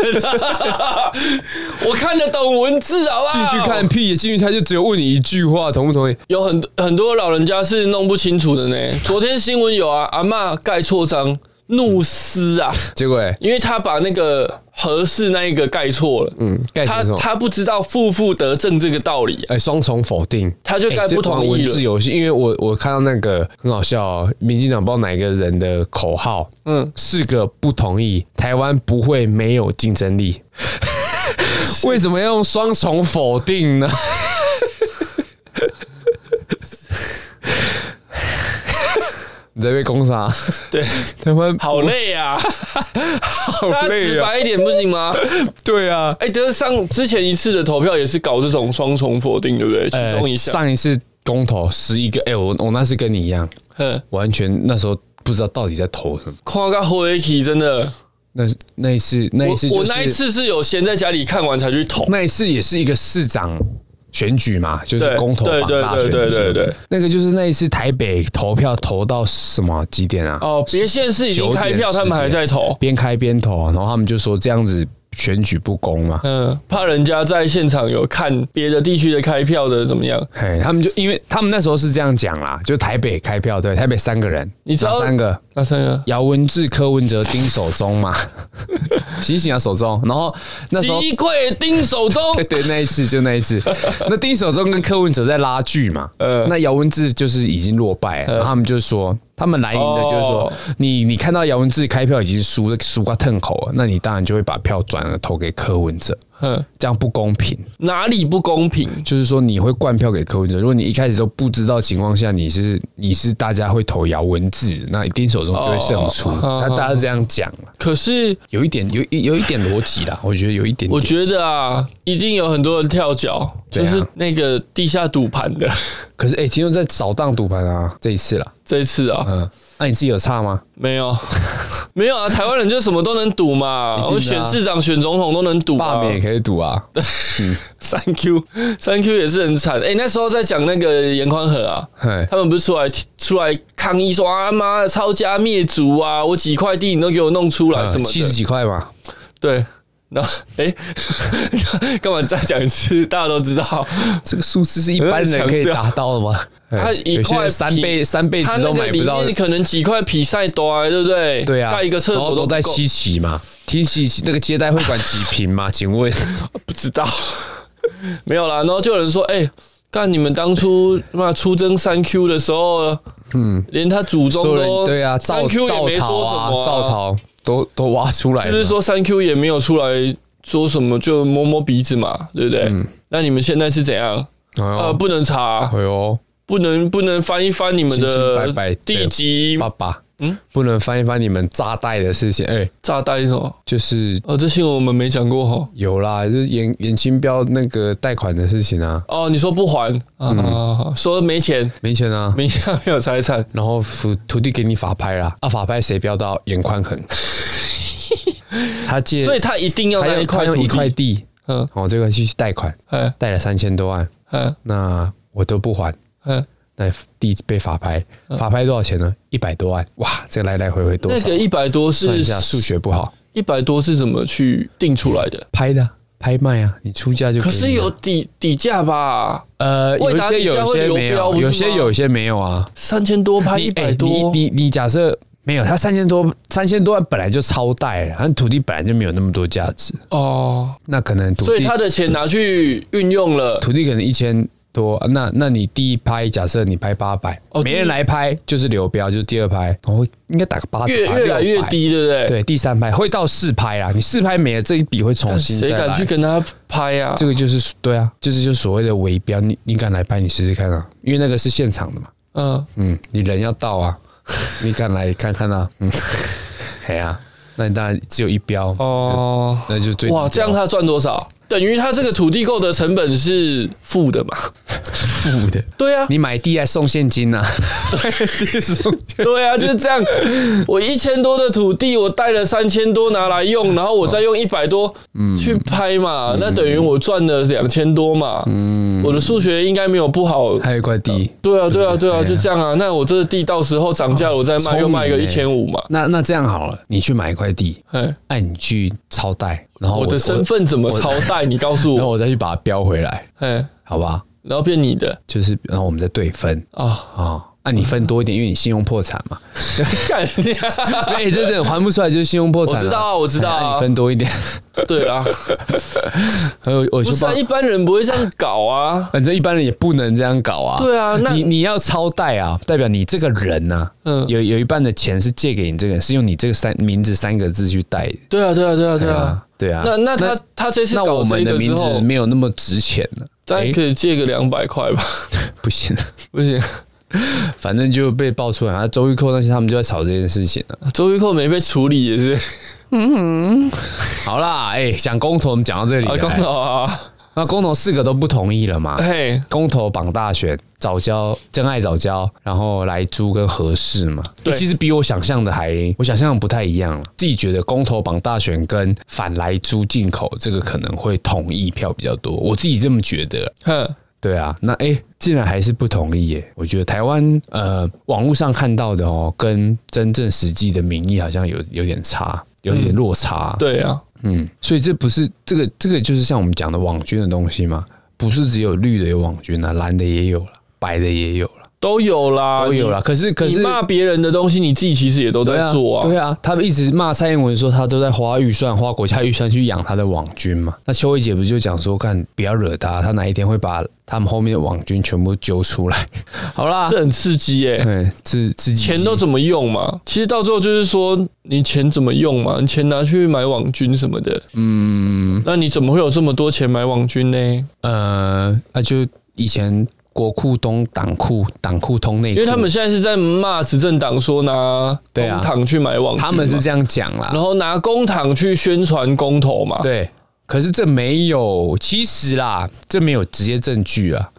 Speaker 1: 我看得懂文字好不好？
Speaker 2: 进去看屁，进去他就只有问你一句话，同不同意？
Speaker 1: 有很很多老人家是弄不清楚的呢。昨天新闻有啊，阿嬷盖错章，怒撕啊，
Speaker 2: 结果哎，
Speaker 1: 因为她把那个合适那一个盖错了。
Speaker 2: 嗯，盖成
Speaker 1: 她
Speaker 2: 什么？
Speaker 1: 她不知道负负得正这个道理、啊，
Speaker 2: 哎，双重否定，
Speaker 1: 她就盖
Speaker 2: 哎这
Speaker 1: 不同
Speaker 2: 玩
Speaker 1: 意
Speaker 2: 文
Speaker 1: 了
Speaker 2: 字。游戏，因为我我看到那个很好笑哦，民进党不知道哪一个人的口号，
Speaker 1: 嗯，
Speaker 2: 四个不同意，台湾不会没有竞 争力。为什么要用双重否 定呢？你在被攻杀，
Speaker 1: 对，
Speaker 2: 台湾
Speaker 1: 好累啊，
Speaker 2: 好
Speaker 1: 大家直！白一点不行吗？
Speaker 2: 对啊，
Speaker 1: 哎、得上之前一次的投票也是搞这种双重否定，对不对？其中一项，
Speaker 2: 哎上一次公投十一个，哎、我我那是跟你一样，
Speaker 1: 嗯，
Speaker 2: 完全那时候不知道到底在投什么。
Speaker 1: 看个灰体真的，
Speaker 2: 那那一次，那一次
Speaker 1: 我我
Speaker 2: 就哎是
Speaker 1: 那一次是有先在家里看完才去投，
Speaker 2: 那一次也是一个市长选举嘛，就是
Speaker 1: 对
Speaker 2: 公投
Speaker 1: 对
Speaker 2: 榜大选举。
Speaker 1: 对对对对对
Speaker 2: 那个就是那一次台北投票投到什么几点啊？
Speaker 1: 哦，别县市已经开票，
Speaker 2: 9点
Speaker 1: 他们还在投。
Speaker 2: 边开边投，然后他们就说这样子选举不公嘛。
Speaker 1: 嗯，怕人家在现场有看别的地区的开票的怎么样？
Speaker 2: 嘿，他们就因为他们那时候是这样讲啦，就台北开票，对，台北三个人，
Speaker 1: 你知道
Speaker 2: 哪三个？
Speaker 1: 那三个
Speaker 2: 姚文智、柯文哲、丁守中嘛， 醒醒啊，守中。然后那时候
Speaker 1: 击溃丁守中，
Speaker 2: 对对，那一次就那一 次。那丁守中跟柯文哲在拉锯嘛，
Speaker 1: 嗯
Speaker 2: 那姚文智就是已经落败了，然后他们就说，他们来赢的就是说，
Speaker 1: 呃哦
Speaker 2: 你你看到姚文智开票已经输输到腾口了，那你当然就会把票转而投给柯文哲，
Speaker 1: 嗯，
Speaker 2: 这样不公平。
Speaker 1: 哪里不公平？
Speaker 2: 就是说你会灌票给柯文哲，如果你一开始都不知道情况下，你是你是大家会投姚文智，那丁守中就会胜出。
Speaker 1: 哦
Speaker 2: 那大家是这样讲，
Speaker 1: 可是
Speaker 2: 有一点有一有一点逻辑啦， 我觉得有一点点。
Speaker 1: 我觉得啊，一定有很多人跳脚，
Speaker 2: 对
Speaker 1: 就
Speaker 2: 啊
Speaker 1: 是那个地下赌盘的
Speaker 2: 可是哎、今天在扫荡赌盘啊，这一次啦。
Speaker 1: 这一次啊，
Speaker 2: 嗯，那、你自己有差吗？
Speaker 1: 没有没有啊，台湾人就什么都能赌嘛，
Speaker 2: 一
Speaker 1: 我
Speaker 2: 定的啊
Speaker 1: 选市长、选总统都能赌
Speaker 2: 罢
Speaker 1: 啊。
Speaker 2: 免也可以 赌啊，
Speaker 1: 三 Q 三 Q 也是很惨，哎、那时候在讲那个严宽和啊，
Speaker 2: 嘿，
Speaker 1: 他们不是出来出来抗议说啊妈的抄家灭族啊，我几块地你都给我弄出
Speaker 2: 嗯
Speaker 1: 来什么的，
Speaker 2: 七十几块嘛，
Speaker 1: 对。然后，哎， 干嘛再讲一次？大家都知道，
Speaker 2: 这个数字是一般人可以达到的吗？
Speaker 1: 它一
Speaker 2: 有些
Speaker 1: 块
Speaker 2: 人三倍三辈
Speaker 1: 他
Speaker 2: 子
Speaker 1: 那
Speaker 2: 都
Speaker 1: 个
Speaker 2: 买
Speaker 1: 里
Speaker 2: 不到，
Speaker 1: 面可能几块皮赛多啊，对不对？
Speaker 2: 对啊，
Speaker 1: 盖一个厕
Speaker 2: 然
Speaker 1: 所
Speaker 2: 后都在
Speaker 1: 不够
Speaker 2: 七期嘛，七期那个接待会馆几平嘛？请问，
Speaker 1: 不知道，没有啦。然后就有人说，哎、干你们当初那出征三 Q 的时候，嗯，连他祖宗
Speaker 2: 所有人
Speaker 1: 都
Speaker 2: 对啊，
Speaker 1: 三
Speaker 2: 造
Speaker 1: Q 也
Speaker 2: 造
Speaker 1: 没
Speaker 2: 逃
Speaker 1: 说什
Speaker 2: 啊
Speaker 1: 么、，
Speaker 2: 造，逃都都挖出来了，
Speaker 1: 就是说三 Q 也没有出来说什么，就摸摸鼻子嘛，对不对？
Speaker 2: 嗯
Speaker 1: 那你们现在是怎样？
Speaker 2: 哎
Speaker 1: 呃，
Speaker 2: 呦，
Speaker 1: 不能查，
Speaker 2: 哎呦，
Speaker 1: 不能不能翻一翻你们
Speaker 2: 清清白
Speaker 1: 的
Speaker 2: 白
Speaker 1: 地籍
Speaker 2: 爸爸，
Speaker 1: 嗯
Speaker 2: 嗯，不能翻一翻你们炸弹的事情，哎，
Speaker 1: 炸弹什么？
Speaker 2: 就是
Speaker 1: 哦，这新闻我们没讲过哈。
Speaker 2: 有啦，就是严严清标那个贷款的事情啊，
Speaker 1: 哦，你说不还
Speaker 2: 嗯
Speaker 1: 啊？说没钱，
Speaker 2: 没钱啊，
Speaker 1: 名下没有财产，
Speaker 2: 然后土土地给你法拍啦，啊，法拍谁 标到严宽恒？他借，
Speaker 1: 所以他一定要
Speaker 2: 他
Speaker 1: 那一
Speaker 2: 用他
Speaker 1: 块土
Speaker 2: 用一块
Speaker 1: 地。
Speaker 2: 地，
Speaker 1: 嗯，
Speaker 2: 哦，这个去贷款，
Speaker 1: 哎
Speaker 2: 贷了三千多万，
Speaker 1: 哎
Speaker 2: 那我都不还，
Speaker 1: 哎，
Speaker 2: 那第一被法拍，法拍多少钱呢？一百多万，哇，这个来来回回多
Speaker 1: 嗯那
Speaker 2: 少？
Speaker 1: 个一百多
Speaker 2: 算
Speaker 1: 是
Speaker 2: 一下，数学不好，
Speaker 1: 一百多是怎么去定出来的？
Speaker 2: 拍的啊拍卖啊，你出价就
Speaker 1: 可
Speaker 2: 以
Speaker 1: 是
Speaker 2: 了
Speaker 1: 有底底价吧，
Speaker 2: 呃，有
Speaker 1: 未
Speaker 2: 一
Speaker 1: 达
Speaker 2: 些
Speaker 1: 底价
Speaker 2: 有一
Speaker 1: 会
Speaker 2: 些
Speaker 1: 流
Speaker 2: 没
Speaker 1: 标
Speaker 2: 有，
Speaker 1: 不是
Speaker 2: 有些
Speaker 1: 吗
Speaker 2: 有一些没有啊。
Speaker 1: 三千多拍
Speaker 2: 你
Speaker 1: 一百
Speaker 2: 哎
Speaker 1: 多，
Speaker 2: 你你你假设没有，他三千多三千多万本来就超贷了，他土地本来就没有那么多价值，
Speaker 1: 哦，
Speaker 2: 那可能土
Speaker 1: 所以
Speaker 2: 地
Speaker 1: 他的钱拿去运用了，
Speaker 2: 土地可能一千多，那那你第一拍假设你拍八百、
Speaker 1: 哦
Speaker 2: 没人来拍就是流标，就是第二拍，然、后应该打个八折
Speaker 1: 越
Speaker 2: 吧，
Speaker 1: 越来越
Speaker 2: 600。
Speaker 1: 低，对不对？
Speaker 2: 对，第三拍会到四拍啦，你四拍没了，这一笔会重
Speaker 1: 但
Speaker 2: 新再
Speaker 1: 谁敢
Speaker 2: 来
Speaker 1: 去。跟他拍啊？
Speaker 2: 这个就是对啊，就是就所谓的围标，你你敢来拍，你试试看啊，因为那个是现场的嘛。
Speaker 1: 嗯，
Speaker 2: 嗯，你人要到 啊，你敢来看看啊？ 嗯，哎呀、那你当然只有一标，
Speaker 1: 哦，
Speaker 2: 那就最低
Speaker 1: 哇，这样
Speaker 2: 标
Speaker 1: 他赚多少？等于他这个土地购的成本是负的嘛？
Speaker 2: 负的。
Speaker 1: 对啊，
Speaker 2: 你买地还送现金 呐、啊？
Speaker 1: 对啊，就是这样。我一千多的土地，我贷了三千多拿来用，然后我再用一百多去拍嘛，那等于我赚了两千多嘛。我的数学应该没有不好。
Speaker 2: 还有一块地，
Speaker 1: 对啊，对啊，对啊，
Speaker 2: 哎呀
Speaker 1: 就这样啊。那我这个地到时候涨价了，我再
Speaker 2: 聪
Speaker 1: 卖，
Speaker 2: 明
Speaker 1: 又卖个
Speaker 2: 欸
Speaker 1: 一千五嘛。
Speaker 2: 那那这样好了，你去买一块地，
Speaker 1: 哎，
Speaker 2: 哎，你去超贷，然后
Speaker 1: 哦我的身，份怎么超贷？你告诉
Speaker 2: 然 后
Speaker 1: 我。
Speaker 2: 我再去把它标回来，
Speaker 1: 哎，
Speaker 2: 好吧？
Speaker 1: 然后变你的
Speaker 2: 就是然后我们再对分
Speaker 1: 啊，
Speaker 2: 啊。哦那、你分多一点，因为你信用破产嘛。
Speaker 1: 干你 啊！
Speaker 2: 哎、这真的还不出来就是信用破产、
Speaker 1: 我知道啊我知道啊
Speaker 2: 哎那你分多一点，
Speaker 1: 对啦，
Speaker 2: 我
Speaker 1: 不
Speaker 2: 我去
Speaker 1: 是
Speaker 2: 帮
Speaker 1: 啊，一般人不会这样搞啊。
Speaker 2: 反正一般人也不能这样搞啊。
Speaker 1: 对啊那
Speaker 2: 你你要超贷啊，代表你这个人呐、
Speaker 1: 嗯
Speaker 2: 有有一半的钱是借给你这个人，是用你这个三名字三个字去贷的。
Speaker 1: 对啊，对啊，对啊，对啊。，
Speaker 2: 对啊。
Speaker 1: 那那他他这次
Speaker 2: 那
Speaker 1: 搞
Speaker 2: 我
Speaker 1: 这
Speaker 2: 们的
Speaker 1: 个之哎
Speaker 2: 名字
Speaker 1: 后，
Speaker 2: 没有那么值钱了，
Speaker 1: 大家
Speaker 2: 哎
Speaker 1: 可以借个两百块 吧？
Speaker 2: 不行，
Speaker 1: 不行，
Speaker 2: 反正就被爆出来。啊，周玉蔻那些他们就在吵这件事情了。
Speaker 1: 周玉蔻没被处理也是
Speaker 2: 好啦，哎、讲公投，我们讲到这里
Speaker 1: 啊，
Speaker 2: 了。
Speaker 1: 刚好啊，
Speaker 2: 那公投四个都不同意了嘛？
Speaker 1: 嘿，
Speaker 2: 公投榜大选，早教真爱早教，然后来租跟合适嘛，
Speaker 1: 对
Speaker 2: 其实比我想象的还，我想象的不太一样了。自己觉得公投榜大选跟反来租进口这个可能会同意票比较多，我自己这么觉得。
Speaker 1: 哼，
Speaker 2: 对啊，那哎、诶竟然还是不同意耶！我觉得台湾呃，网络上看到的哦，跟真正实际的民意好像有有点差，有点落差。
Speaker 1: 对啊，
Speaker 2: 嗯，所以这不是这个这个就是像我们讲的网军的东西嘛，不是只有绿的有网军啊，蓝的也有了，白的也有了，
Speaker 1: 都有啦，
Speaker 2: 都有了。可是可
Speaker 1: 啊你。
Speaker 2: 是
Speaker 1: 你骂别人的东西，你自己其实也都
Speaker 2: 对
Speaker 1: 在
Speaker 2: 啊
Speaker 1: 做啊。
Speaker 2: 对啊，他们一直骂蔡英文说他都在花预算、花国家预算去养他的网军嘛。那秋怡姐不就讲说，干不要惹他，他哪一天会把他们后面的网军全部揪出来？ 好啦，
Speaker 1: 啊这很刺激耶、
Speaker 2: 对，自自己
Speaker 1: 钱都怎么用嘛？其实到最后就是说，你钱怎么用嘛？你钱拿去买网军什么的，嗯，那你怎么会有这么多钱买网军呢？
Speaker 2: 呃，啊，就以前国库东党库党库通内裤，
Speaker 1: 因为他们现在是在骂执政党说拿公
Speaker 2: 对啊
Speaker 1: 帑去买网军嘛，
Speaker 2: 他们是这样讲啦，
Speaker 1: 然后拿公帑去宣传公投嘛，
Speaker 2: 对。可是这没有，其实啦，这没有直接证据啊。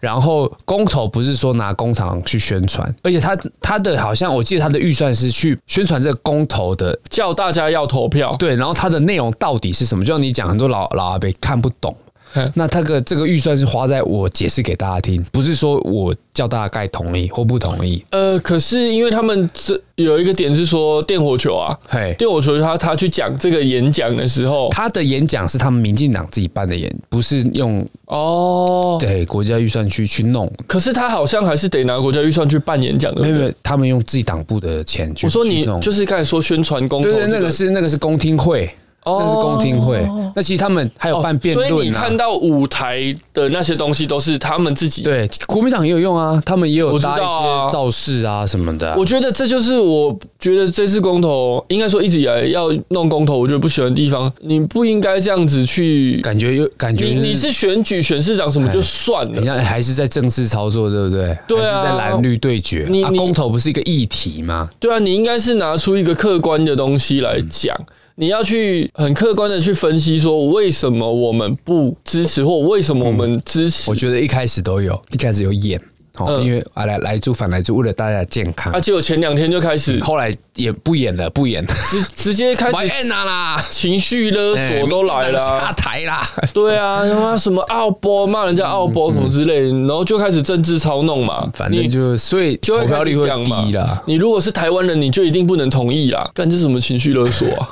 Speaker 2: 然后公投不是说拿公堂去宣传，而且他他的好像我记得他的预算是去宣传这个公投的，
Speaker 1: 叫大家要投票，
Speaker 2: 对。然后他的内容到底是什么？就像你讲，很多老老阿伯看不懂
Speaker 1: 嗯。
Speaker 2: 那他个这个预算是花在我解释给大家听，不是说我叫大概同意或不同意。
Speaker 1: 呃，可是因为他们这有一个点是说电火球啊，
Speaker 2: 嘿，
Speaker 1: 电火球他他去讲这个演讲的时候，
Speaker 2: 他的演讲是他们民进党自己办的演，不是用
Speaker 1: 哦，
Speaker 2: 对国家预算去去弄，
Speaker 1: 可是他好像还是得拿国家预算去办演讲的。
Speaker 2: 没有没有，他们用自己党部的钱去。
Speaker 1: 我说
Speaker 2: 去
Speaker 1: 你
Speaker 2: 弄
Speaker 1: 就是刚才说宣传公投、
Speaker 2: 对
Speaker 1: 这哦
Speaker 2: 对，那个是那个是公听会，那是公听会。那其实他们还有办辩
Speaker 1: 所以你
Speaker 2: 论啊
Speaker 1: 看。到舞台的那些东西都是他们自己。，
Speaker 2: 对，国民党也有用啊，他们也有
Speaker 1: 我知
Speaker 2: 搭一
Speaker 1: 道啊
Speaker 2: 些造势啊什么的啊。
Speaker 1: 我觉得这就是我觉得这次公投，应该说一直以来要弄公投，我觉得不喜欢的地方，你不应该这样子去。
Speaker 2: 感觉有感觉
Speaker 1: 你
Speaker 2: 就，哎
Speaker 1: 你是选举选市长什么就算
Speaker 2: 你
Speaker 1: 了，
Speaker 2: 像还是在政治操作，对不对？
Speaker 1: 对
Speaker 2: 还
Speaker 1: 啊
Speaker 2: 是在蓝绿对决。
Speaker 1: 你
Speaker 2: 啊，
Speaker 1: 你
Speaker 2: 公投不是一个议题吗？
Speaker 1: 对啊，你应该是拿出一个客观的东西来讲，你要去很客观的去分析，说为什么我们不支持，或为什么我们支持。
Speaker 2: 嗯我觉得一开始都有，一开始有演，哦，
Speaker 1: 嗯
Speaker 2: 因为啊来来猪反来猪，为了大家的健康
Speaker 1: 啊，，结果前两天就开始
Speaker 2: 后来也不演了，不演，
Speaker 1: 直直接开
Speaker 2: 我
Speaker 1: 始
Speaker 2: 演了啦，
Speaker 1: 情绪勒
Speaker 2: 哎
Speaker 1: 索都来
Speaker 2: 民
Speaker 1: 了
Speaker 2: 进党
Speaker 1: 啊、
Speaker 2: 下台啦，
Speaker 1: 对啊，他妈什么奥波骂人家奥波什么之类的，然后就开始政治操弄嘛，
Speaker 2: 嗯反正
Speaker 1: 你
Speaker 2: 就所以
Speaker 1: 就
Speaker 2: 投
Speaker 1: 会
Speaker 2: 票
Speaker 1: 开
Speaker 2: 率
Speaker 1: 始
Speaker 2: 会
Speaker 1: 讲嘛
Speaker 2: 低啦，。
Speaker 1: 你如果是台湾人，你就一定不能同意啦。干这是什么情绪勒索 啊？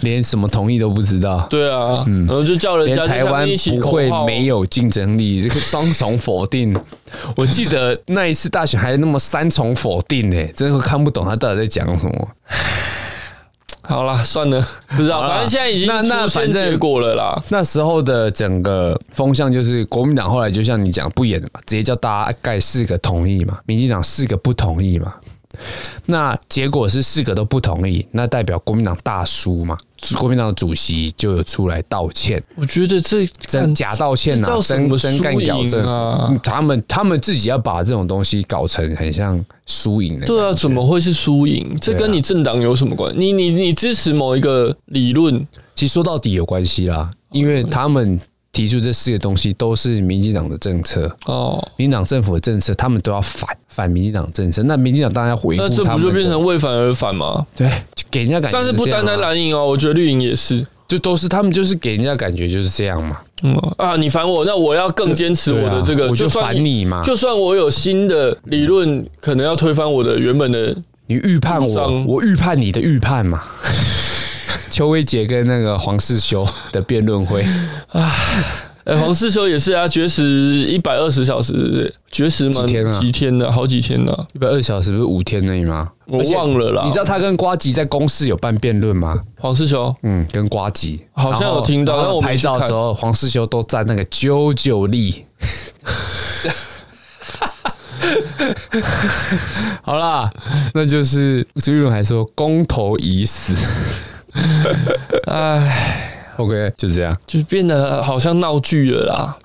Speaker 2: 连什么同意都不知道。
Speaker 1: 对啊，然后就叫人
Speaker 2: 嗯连
Speaker 1: 家
Speaker 2: 台湾不会没
Speaker 1: 有。
Speaker 2: 有竞争力，这个双重否定。我记得那一次大选还那么三重否定呢、真的看不懂他到底在讲什么。
Speaker 1: 好啦，算了，不知道，
Speaker 2: 啦
Speaker 1: 反正现在已经
Speaker 2: 那那
Speaker 1: 出现
Speaker 2: 反正
Speaker 1: 结果了啦。
Speaker 2: 那时候的整个风向就是国民党后来就像你讲不演了嘛，直接叫大家盖四个同意嘛，民进党四个不同意嘛。那结果是四个都不同意，那代表国民党大输嘛？国民党主席就有出来道歉，
Speaker 1: 我觉得这
Speaker 2: 真假道歉
Speaker 1: 这
Speaker 2: 啊，
Speaker 1: 叫什
Speaker 2: 真
Speaker 1: 么
Speaker 2: 真干
Speaker 1: 输
Speaker 2: 屌
Speaker 1: 赢
Speaker 2: 政府
Speaker 1: 啊
Speaker 2: 嗯他们他们自己要把这种东西搞成很像输赢的。啊
Speaker 1: 对啊，怎么会是输赢？这
Speaker 2: 对啊
Speaker 1: 跟你政党有什么关系？你你你支持某一个理论，
Speaker 2: 其实说到底有关系啦，因为他们提出这四个东西都是民进党的政策。
Speaker 1: 哦，
Speaker 2: 民进党政府的政策，他们都要反反民进党政策。那民进党当然要回顾
Speaker 1: 那这
Speaker 2: 他
Speaker 1: 不
Speaker 2: 们的，哎
Speaker 1: 就变成为反而反吗？
Speaker 2: 对，就给人家感觉、
Speaker 1: 但是不单单，蓝营哦，我觉得绿营也是。
Speaker 2: 啊就都是他们就是给人家感觉就是这样嘛。
Speaker 1: 嗯啊，你烦我，那我要更坚持我的这
Speaker 2: 对
Speaker 1: 个，
Speaker 2: 啊我就
Speaker 1: 算
Speaker 2: 烦你嘛
Speaker 1: 就算我有新的理论，可能要推翻我的原本的，
Speaker 2: 你预判
Speaker 1: 主
Speaker 2: 我，
Speaker 1: 张
Speaker 2: 我预判你的预判嘛。 邱威杰跟那个黄世修的辩论会，嗯
Speaker 1: 哎，黄世修也是啊，绝食一百二十小时，对不对绝食蛮
Speaker 2: 几天啊
Speaker 1: 几天的，好几天的，
Speaker 2: 一百二小时不是五天内吗？
Speaker 1: 我
Speaker 2: 而且
Speaker 1: 忘了啦
Speaker 2: 你知道他跟瓜吉在公司有办辩论吗？
Speaker 1: 黄世修
Speaker 2: 嗯，跟瓜吉
Speaker 1: 好像
Speaker 2: 然后
Speaker 1: 有听到
Speaker 2: 然后
Speaker 1: 但我没
Speaker 2: 拍
Speaker 1: 去
Speaker 2: 照的
Speaker 1: 看
Speaker 2: 时候，黄世修都站那个九九力。 好啦，那就是朱一伦还说公投已死。哎，OK，就这样。
Speaker 1: 就变得好像闹剧了啦。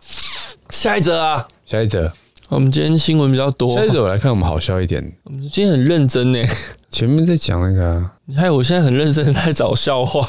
Speaker 1: 下一则啊，
Speaker 2: 下一则，
Speaker 1: 我们今天新闻比较多
Speaker 2: 下，一则我来看我们好笑一点。
Speaker 1: 我们今天很认真呢。
Speaker 2: 前面在讲那个啊、
Speaker 1: 你看我现在很认真的在找笑话，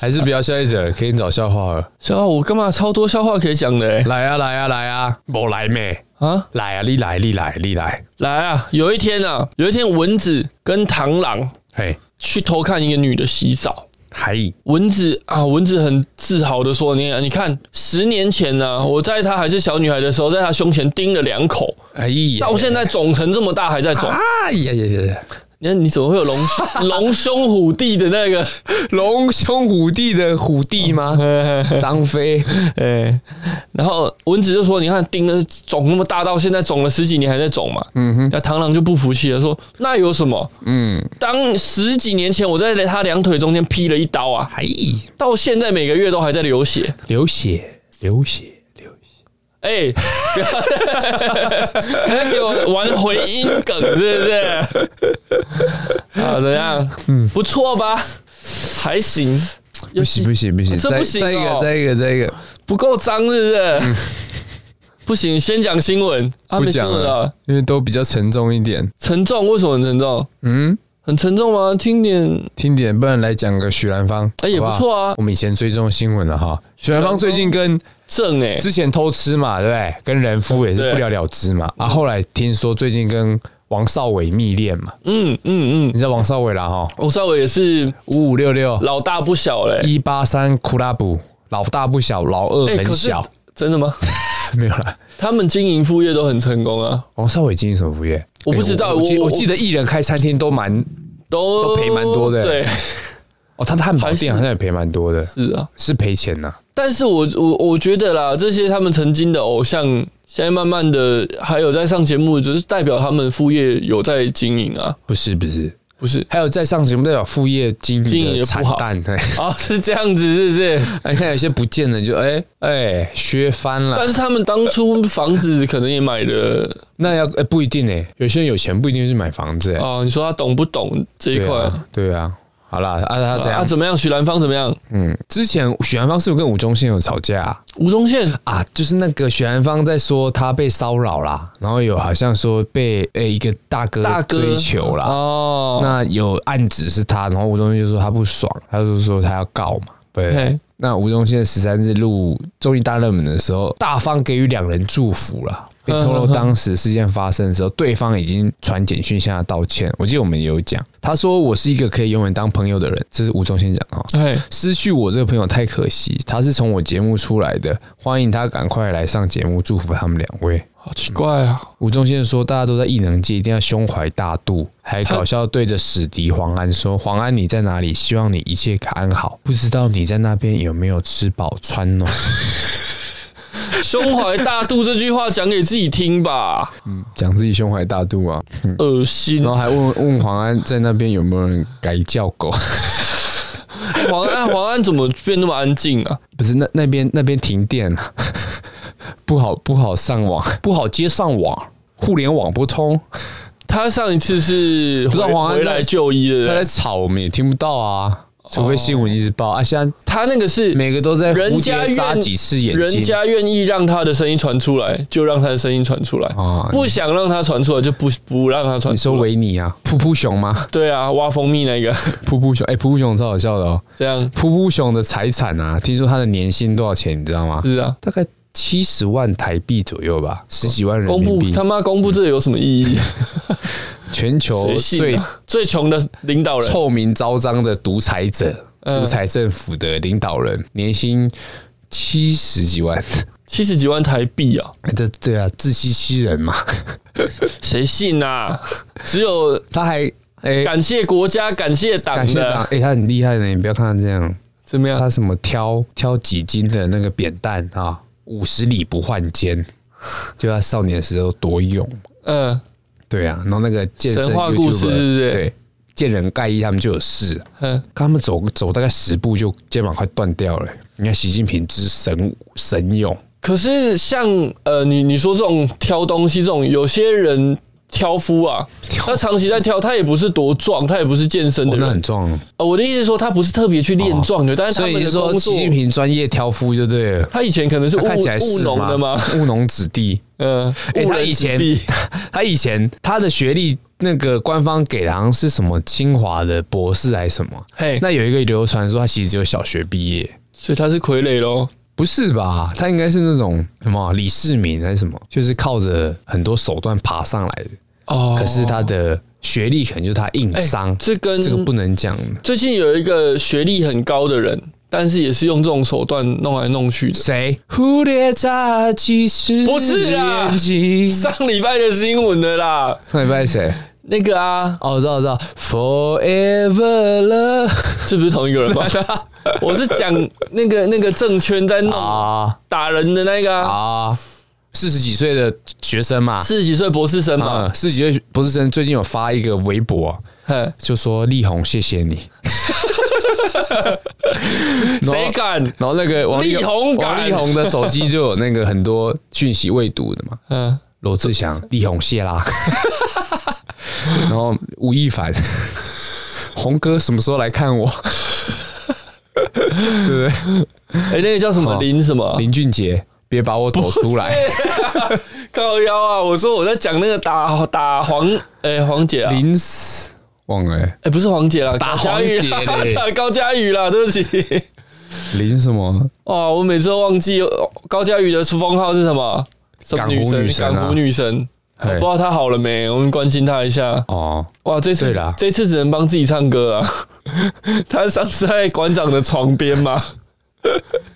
Speaker 2: 还是不要下一则，可以找笑话了。
Speaker 1: 笑话我干嘛超多笑话可以讲的欸
Speaker 2: 来啊，来啊，来啊，我来咩？
Speaker 1: 啊！
Speaker 2: 来啊，你来，你来，你来。
Speaker 1: 来啊，有一天啊，有一天蚊子跟螳螂
Speaker 2: 嘿，
Speaker 1: 去偷看一个女的洗澡。
Speaker 2: 嗨，
Speaker 1: 蚊子啊，蚊子很自豪的说：“你你看，十年前呢、我在她还是小女孩的时候，在她胸前叮了两口，
Speaker 2: 哎呀，
Speaker 1: 到现在肿成这么大还在肿。
Speaker 2: 哎呀呀呀！
Speaker 1: 你看你怎么会有龙 龙兄虎弟的那个？
Speaker 2: 龙兄虎弟的虎弟吗？ 张飞，
Speaker 1: 哎、然后蚊子就说：‘你看，叮了肿那么大，到现在肿了十几年还在肿嘛。’嗯哼，那螳螂就不服气了，说：‘那有什么？
Speaker 2: 嗯，
Speaker 1: 当十几年前我在他两腿中间劈了一刀啊，
Speaker 2: 哎，
Speaker 1: 到现在每个月都还在流血。
Speaker 2: 流血，流血，流血，
Speaker 1: 哎、不要给我玩回音梗是不是？啊，怎样？
Speaker 2: 嗯
Speaker 1: 不错吧？还行，
Speaker 2: 不行不行不行，
Speaker 1: 这
Speaker 2: 再
Speaker 1: 不行
Speaker 2: 再一个
Speaker 1: 哦
Speaker 2: 再一个再一个，
Speaker 1: 不够脏是不是？不行，先讲新闻啊，
Speaker 2: 不
Speaker 1: 没新
Speaker 2: 讲
Speaker 1: 闻
Speaker 2: 了
Speaker 1: 了。，
Speaker 2: 因为都比较沉重一点。
Speaker 1: 沉重，为什么很沉重？
Speaker 2: 嗯，
Speaker 1: 很沉重吗？听点，
Speaker 2: 听点，不然来讲个许兰芳，
Speaker 1: 哎、也
Speaker 2: 好
Speaker 1: 不
Speaker 2: 好
Speaker 1: 错啊，
Speaker 2: 我们以前追踪新闻了哈，许兰芳最近跟
Speaker 1: 正哎、
Speaker 2: 之前偷吃嘛，对不对？跟人夫也是
Speaker 1: 对
Speaker 2: 不了了之嘛，
Speaker 1: 嗯
Speaker 2: 啊，后来听说最近跟王少伟密恋嘛，
Speaker 1: 嗯嗯嗯，
Speaker 2: 你知道王少伟啦哈，
Speaker 1: 我稍微也是
Speaker 2: 五五六六
Speaker 1: 嗯老大不小欸嘞、
Speaker 2: 一八三库拉布，老大不小，老二
Speaker 1: 哎
Speaker 2: 很
Speaker 1: 可是
Speaker 2: 小，
Speaker 1: 真的吗？
Speaker 2: 没有啦。
Speaker 1: 他们经营副业都很成功啊，
Speaker 2: 王少伟经营什么副业？
Speaker 1: 我不知
Speaker 2: 哎
Speaker 1: 道
Speaker 2: 我记
Speaker 1: 我
Speaker 2: 我记得艺人开餐厅都蛮
Speaker 1: 都
Speaker 2: 都赔蛮多的欸
Speaker 1: 对，
Speaker 2: 哦，他的汉堡店
Speaker 1: 还是
Speaker 2: 好像也赔蛮多的，
Speaker 1: 是啊。
Speaker 2: 是赔钱呐。
Speaker 1: 但是我我我觉得啦，这些他们曾经的偶像，现在慢慢的还有在上节目，就是代表他们副业有在经营啊，
Speaker 2: 不是不是，
Speaker 1: 不 是
Speaker 2: 还有在上节目代表副业经
Speaker 1: 经营
Speaker 2: 营
Speaker 1: 也
Speaker 2: 的
Speaker 1: 不
Speaker 2: 惨
Speaker 1: 好
Speaker 2: 淡，对，
Speaker 1: 啊，是这样子，是不是？
Speaker 2: 哎，看 有些不见了就哎哎削翻了
Speaker 1: 但，是他们当初房子可能也买的
Speaker 2: 那要哎不一定哎，有些人有钱不一定去买房子哎，
Speaker 1: 啊，你说他懂不懂这一
Speaker 2: 对
Speaker 1: 块？
Speaker 2: 啊对啊，好啦，啊他怎
Speaker 1: 啊，
Speaker 2: 样？
Speaker 1: 怎么样？许兰芳怎么样？
Speaker 2: 嗯，之前许兰芳是不是跟吴宗宪有吵架啊？
Speaker 1: 吴宗宪
Speaker 2: 啊，就是那个许兰芳在说她被骚扰啦，然后有好像说被诶、一个大哥
Speaker 1: 大哥
Speaker 2: 追求啦，
Speaker 1: 哦，
Speaker 2: 那有暗指是他，然后吴宗宪就说他不爽，他就说他要告嘛，对
Speaker 1: 嘿。
Speaker 2: 那吴宗宪十三日录综艺大热门的时候，大方给予两人祝福啦。被透露当时事件发生的时候，对方已经传简讯向他道歉。我记得我们有讲，他说我是一个可以永远当朋友的人，这是吴宗宪讲的哦。
Speaker 1: 哎，
Speaker 2: 失去我这个朋友太可惜，他是从我节目出来的，欢迎他赶快来上节目，祝福他们两位。
Speaker 1: 好奇怪啊！
Speaker 2: 吴宗宪说，大家都在异能界，一定要胸怀大度，还搞笑对着史迪黄安说：“黄安你在哪里？希望你一切安好。不知道你在那边有没有吃饱穿暖？
Speaker 1: 胸怀大度这句话讲给自己听吧，
Speaker 2: 讲自己胸怀大度啊。”
Speaker 1: 恶心
Speaker 2: 然后！还问问黄安在那边有没有人改叫狗？
Speaker 1: 哎黄安，黄安怎么变那么安静啊？
Speaker 2: 不是那那边那边停电了，不好不好上网，不好接上网，互联网不通，
Speaker 1: 他上一次是
Speaker 2: 知道
Speaker 1: 回
Speaker 2: 黄安
Speaker 1: 回
Speaker 2: 在
Speaker 1: 来就医
Speaker 2: 他在
Speaker 1: 了，
Speaker 2: 吵我们也听不到啊，除非新闻一直报啊。现在
Speaker 1: 他那个是
Speaker 2: 每个都在
Speaker 1: 人
Speaker 2: 蝴
Speaker 1: 家
Speaker 2: 蝶
Speaker 1: 愿
Speaker 2: 扎几次眼
Speaker 1: 人
Speaker 2: 睛，
Speaker 1: 家愿意让他的声音传出来，就让他的声音传出来
Speaker 2: 哦；
Speaker 1: 不想让他传出来，就不不让他传
Speaker 2: 你说
Speaker 1: 出来。
Speaker 2: 维尼啊，噗噗熊 吗？
Speaker 1: 对啊，挖蜂蜜那个
Speaker 2: 噗噗熊，哎、噗噗熊超好笑的哦。
Speaker 1: 这样
Speaker 2: 噗噗熊的财产啊，听说他的年薪多少钱，你知道吗？
Speaker 1: 是啊。
Speaker 2: 大概七十万台币左右吧，十几万人
Speaker 1: 公
Speaker 2: 民
Speaker 1: 布
Speaker 2: 币
Speaker 1: 他。妈公布这个有什么意义？
Speaker 2: 全
Speaker 1: 谁
Speaker 2: 球
Speaker 1: 信
Speaker 2: 哦最
Speaker 1: 啊？最穷的领导人，
Speaker 2: 臭名昭彰的独裁者、
Speaker 1: 嗯
Speaker 2: 独裁政府的领导人，年薪七十几万，
Speaker 1: 七十几万台币啊，
Speaker 2: 哎这对啊，自欺欺人嘛。
Speaker 1: 谁信啊？只有
Speaker 2: 他还 哎、
Speaker 1: 感谢国家，感谢党
Speaker 2: 感谢党，
Speaker 1: 的，啊
Speaker 2: 哎、他很厉害的，你不要看他这样，
Speaker 1: 怎么样
Speaker 2: 他？什么挑挑几斤的那个扁担啊，五十里不换肩，就他少年时候多勇。
Speaker 1: 嗯，
Speaker 2: 对啊，然后那个健身
Speaker 1: 神话故事是
Speaker 2: YouTuber，
Speaker 1: 不是
Speaker 2: 对，见人盖伊他们就有事、啊。
Speaker 1: 嗯，
Speaker 2: 跟他们走走大概十步就肩膀快断掉了。你看习近平之神神勇，
Speaker 1: 可是像呃，你你说这种挑东西，这种有些人挑夫啊，他长期在挑，他也不是多壮，他也不是健身
Speaker 2: 哦
Speaker 1: 的
Speaker 2: 那
Speaker 1: 人
Speaker 2: 很。壮。
Speaker 1: 呃我的意思是说，他不是特别去练壮的，但是
Speaker 2: 所
Speaker 1: 他
Speaker 2: 以
Speaker 1: 们
Speaker 2: 你
Speaker 1: 的
Speaker 2: 是说
Speaker 1: 工作
Speaker 2: 习，近平专业挑夫就对了。
Speaker 1: 他以前可能是务
Speaker 2: 他看起来
Speaker 1: 务
Speaker 2: 是
Speaker 1: 农的吗？？
Speaker 2: 务农子弟，
Speaker 1: 嗯，
Speaker 2: 哎
Speaker 1: 误
Speaker 2: 他
Speaker 1: 人
Speaker 2: 以
Speaker 1: 子
Speaker 2: 前
Speaker 1: 弟
Speaker 2: 他以前他的学历，那个官方给的好像是什么清华的博士还是什么？
Speaker 1: 嘿，
Speaker 2: 那有一个流传说他其实只有小学毕业，
Speaker 1: 所以他是傀儡喽。
Speaker 2: 不是吧？他应该是那种什么李世民还是什么，就是靠着很多手段爬上来的。
Speaker 1: 哦，
Speaker 2: 可是他的学历可能就是他硬
Speaker 1: 哎
Speaker 2: 伤，
Speaker 1: 这跟
Speaker 2: 这个不能讲。
Speaker 1: 最近有一个学历很高的人，但是也是用这种手段弄来弄去的。
Speaker 2: 谁？忽略眨几次
Speaker 1: 不是啊啦
Speaker 2: 眼睛上
Speaker 1: 上礼拜的新闻的啦，
Speaker 2: 礼拜谁？
Speaker 1: 那个啊，
Speaker 2: 哦，我知道，我知道，Forever Love
Speaker 1: 这不是同一个人吗？ 我是讲那个那个证圈在弄
Speaker 2: 啊
Speaker 1: 打人的那个啊，
Speaker 2: 啊！四十几岁的学生嘛，
Speaker 1: 四十几岁博士生嘛，
Speaker 2: 啊，四十几岁博士生最近有发一个微博，
Speaker 1: 嘿
Speaker 2: 就说力宏谢谢你。
Speaker 1: 谁敢？
Speaker 2: 然后那 个王
Speaker 1: 力宏感
Speaker 2: 王力宏的手机就有那个很多讯息未读的嘛，
Speaker 1: 嗯，
Speaker 2: 罗志祥、 力宏谢啦，然后吴亦 凡，红哥什么时候来看我？
Speaker 1: 哎，那个叫什么
Speaker 2: 好
Speaker 1: 林什么
Speaker 2: 林俊杰，别把我抖出来。
Speaker 1: 靠腰啊？我说我在讲那个打打黄哎黄姐啊，
Speaker 2: 林思忘了、欸，
Speaker 1: 哎不是黄姐啦，高
Speaker 2: 打
Speaker 1: 佳瑜啦
Speaker 2: 黄姐嘞
Speaker 1: 打 高佳瑜啦，对不起。
Speaker 2: 林什么？
Speaker 1: 哇，我每次都忘记哦高佳瑜的封号是什么？什么
Speaker 2: 港湖
Speaker 1: 女神？
Speaker 2: 女神啊
Speaker 1: 港湖女神。我
Speaker 2: 嘿
Speaker 1: 不知道她好了没，我们关心她一下。
Speaker 2: 哦，
Speaker 1: 哇，这次
Speaker 2: 对啦
Speaker 1: 这次只能帮自己唱歌啊！ 他上次在馆长的床边嘛，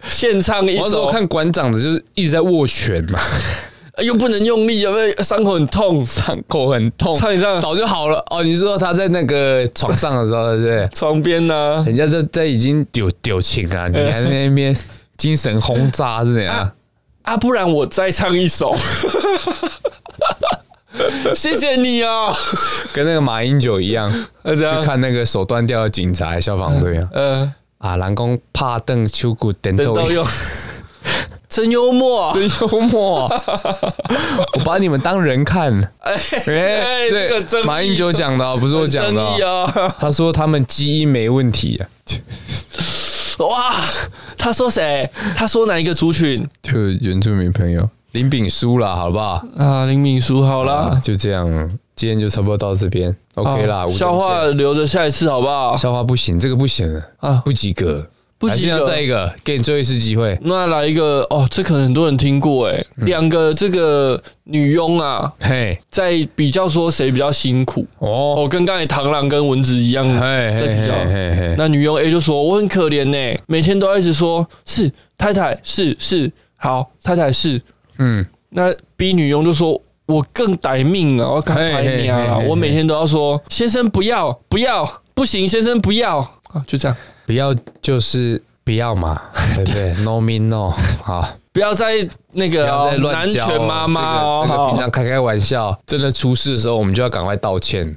Speaker 1: 现唱一
Speaker 2: 我那时
Speaker 1: 首
Speaker 2: 候，看馆长的就是一直在握拳嘛，
Speaker 1: 又不能用力，因为伤口很痛。
Speaker 2: 伤口很痛
Speaker 1: 唱一 唱
Speaker 2: 早就好了。哦，你是说他在那个床上的时候，对不对？
Speaker 1: 床边呢、
Speaker 2: 人家在在已经丢丢情啊，你还在那边精神轰炸是怎样？
Speaker 1: 啊？不然我再唱一首。 谢谢你啊、哦，
Speaker 2: 跟那个马英九一 样，
Speaker 1: 那啊这样
Speaker 2: 去，看那个手断掉的警察、消防队 啊。
Speaker 1: 嗯、
Speaker 2: 啊，蓝公怕凳秋骨等
Speaker 1: 等
Speaker 2: 到
Speaker 1: 到用，真幽默、啊。
Speaker 2: 真幽默， 我把你们当人看。
Speaker 1: 哎、
Speaker 2: 哎、
Speaker 1: 哎这个
Speaker 2: 对，
Speaker 1: 真
Speaker 2: 马英九讲的哦，不是我讲的
Speaker 1: 真意
Speaker 2: 哦。
Speaker 1: 啊！
Speaker 2: 他说他们基因没问题啊，
Speaker 1: 哇，他说谁？他说哪一个族群？
Speaker 2: 就原住民朋友林炳书啦，好不好？
Speaker 1: 啊，林敏书，好啦。
Speaker 2: 啊，就这样，今天就差不多到这边，OK 啦。
Speaker 1: 啊
Speaker 2: 吴宗宪
Speaker 1: 笑话留着下一次好不好？
Speaker 2: 笑话不行，这个不行了
Speaker 1: 啊
Speaker 2: 不及格。
Speaker 1: 不
Speaker 2: 还
Speaker 1: 及
Speaker 2: 是
Speaker 1: 格
Speaker 2: 要。再一个，给你最后一次机会。
Speaker 1: 那来一个哦，这可能很多人听过哎，
Speaker 2: 嗯
Speaker 1: 两个这个女佣啊，
Speaker 2: 嘿，
Speaker 1: 在比较说谁比较辛苦
Speaker 2: 哦，哎
Speaker 1: 哦，跟刚才螳螂跟蚊子一样
Speaker 2: 嘿，嘿
Speaker 1: 在比较
Speaker 2: 嘿嘿嘿，
Speaker 1: 哦那女佣 A 就说：“我很可怜呢、每天都要一直说是太太是是好太太是。
Speaker 2: 嗯，”
Speaker 1: 那 B 女佣就说：“我更歹命啊，我更歹命
Speaker 2: 嘿嘿
Speaker 1: 啊
Speaker 2: 嘿嘿！嘿
Speaker 1: 我每天都要说先生不要不要不行，先生不要啊！”就这样，
Speaker 2: 不要就是不要 嘛，对不对？No mean no，好，
Speaker 1: 不要再那
Speaker 2: 不
Speaker 1: 个、
Speaker 2: 要
Speaker 1: 哦
Speaker 2: 再、乱
Speaker 1: 男
Speaker 2: 交哦
Speaker 1: 权妈妈
Speaker 2: 这个这个平
Speaker 1: 哦，
Speaker 2: 常开开玩笑，真的出事的时候，我们就要赶快道歉，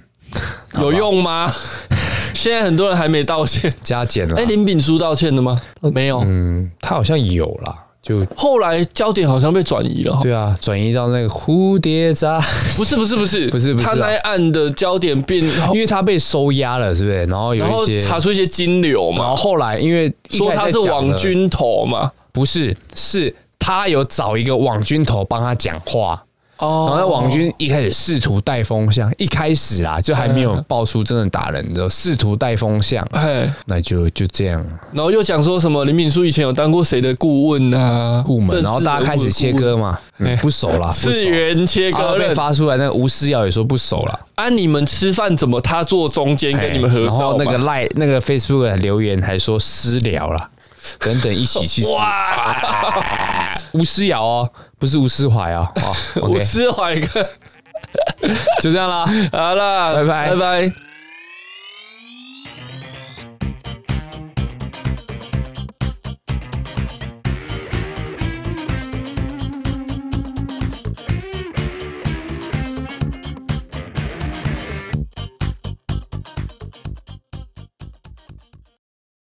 Speaker 1: 好有用吗？ 现在很多人还没道 歉。
Speaker 2: 加减了
Speaker 1: 哎、。林炳书道歉了吗？没有。
Speaker 2: 嗯，他好像有啦，就
Speaker 1: 后来焦点好像被转移了哈。
Speaker 2: 对啊，转移到那个蝴蝶渣，
Speaker 1: 不是不是不是
Speaker 2: 不是不是啊
Speaker 1: 他那一案的焦点变
Speaker 2: 因为他被收押了，是不是？哦然后有
Speaker 1: 然后
Speaker 2: 一些，
Speaker 1: 查出一些金流
Speaker 2: 然
Speaker 1: 嘛
Speaker 2: 后，后来因为一
Speaker 1: 说
Speaker 2: 开
Speaker 1: 他
Speaker 2: 始
Speaker 1: 是
Speaker 2: 在讲
Speaker 1: 网
Speaker 2: 了，
Speaker 1: 军头嘛，
Speaker 2: 不是，是他有找一个网军头帮他讲话。
Speaker 1: 哦
Speaker 2: 然后那网军一开始试图带风向，一开始啦就还没有爆出真的打人的，试图带风向，
Speaker 1: 哎，
Speaker 2: 那就就这样
Speaker 1: 然后又讲说什么林敏书以前有当过谁的顾问啊，
Speaker 2: 顾门，
Speaker 1: 政治
Speaker 2: 然后大家开始切割嘛，嗯不熟啦，不
Speaker 1: 次
Speaker 2: 熟。
Speaker 1: 元切
Speaker 2: 然后
Speaker 1: 割
Speaker 2: 被
Speaker 1: 了，
Speaker 2: 发出来，那个吴思瑶也说不熟了，
Speaker 1: 啊，你们吃饭怎么他坐中间跟你们
Speaker 2: 哎
Speaker 1: 合
Speaker 2: 然
Speaker 1: 照
Speaker 2: 后
Speaker 1: 嘛？
Speaker 2: 那个赖那个 Facebook 的留言还说私聊啦，等等一起 去私。吴思瑶哦，不是吴思怀哦，哦
Speaker 1: 我
Speaker 2: ，OK，
Speaker 1: 吃怀个，
Speaker 2: 就这样啦。
Speaker 1: 好啦，
Speaker 2: 拜拜
Speaker 1: 拜拜。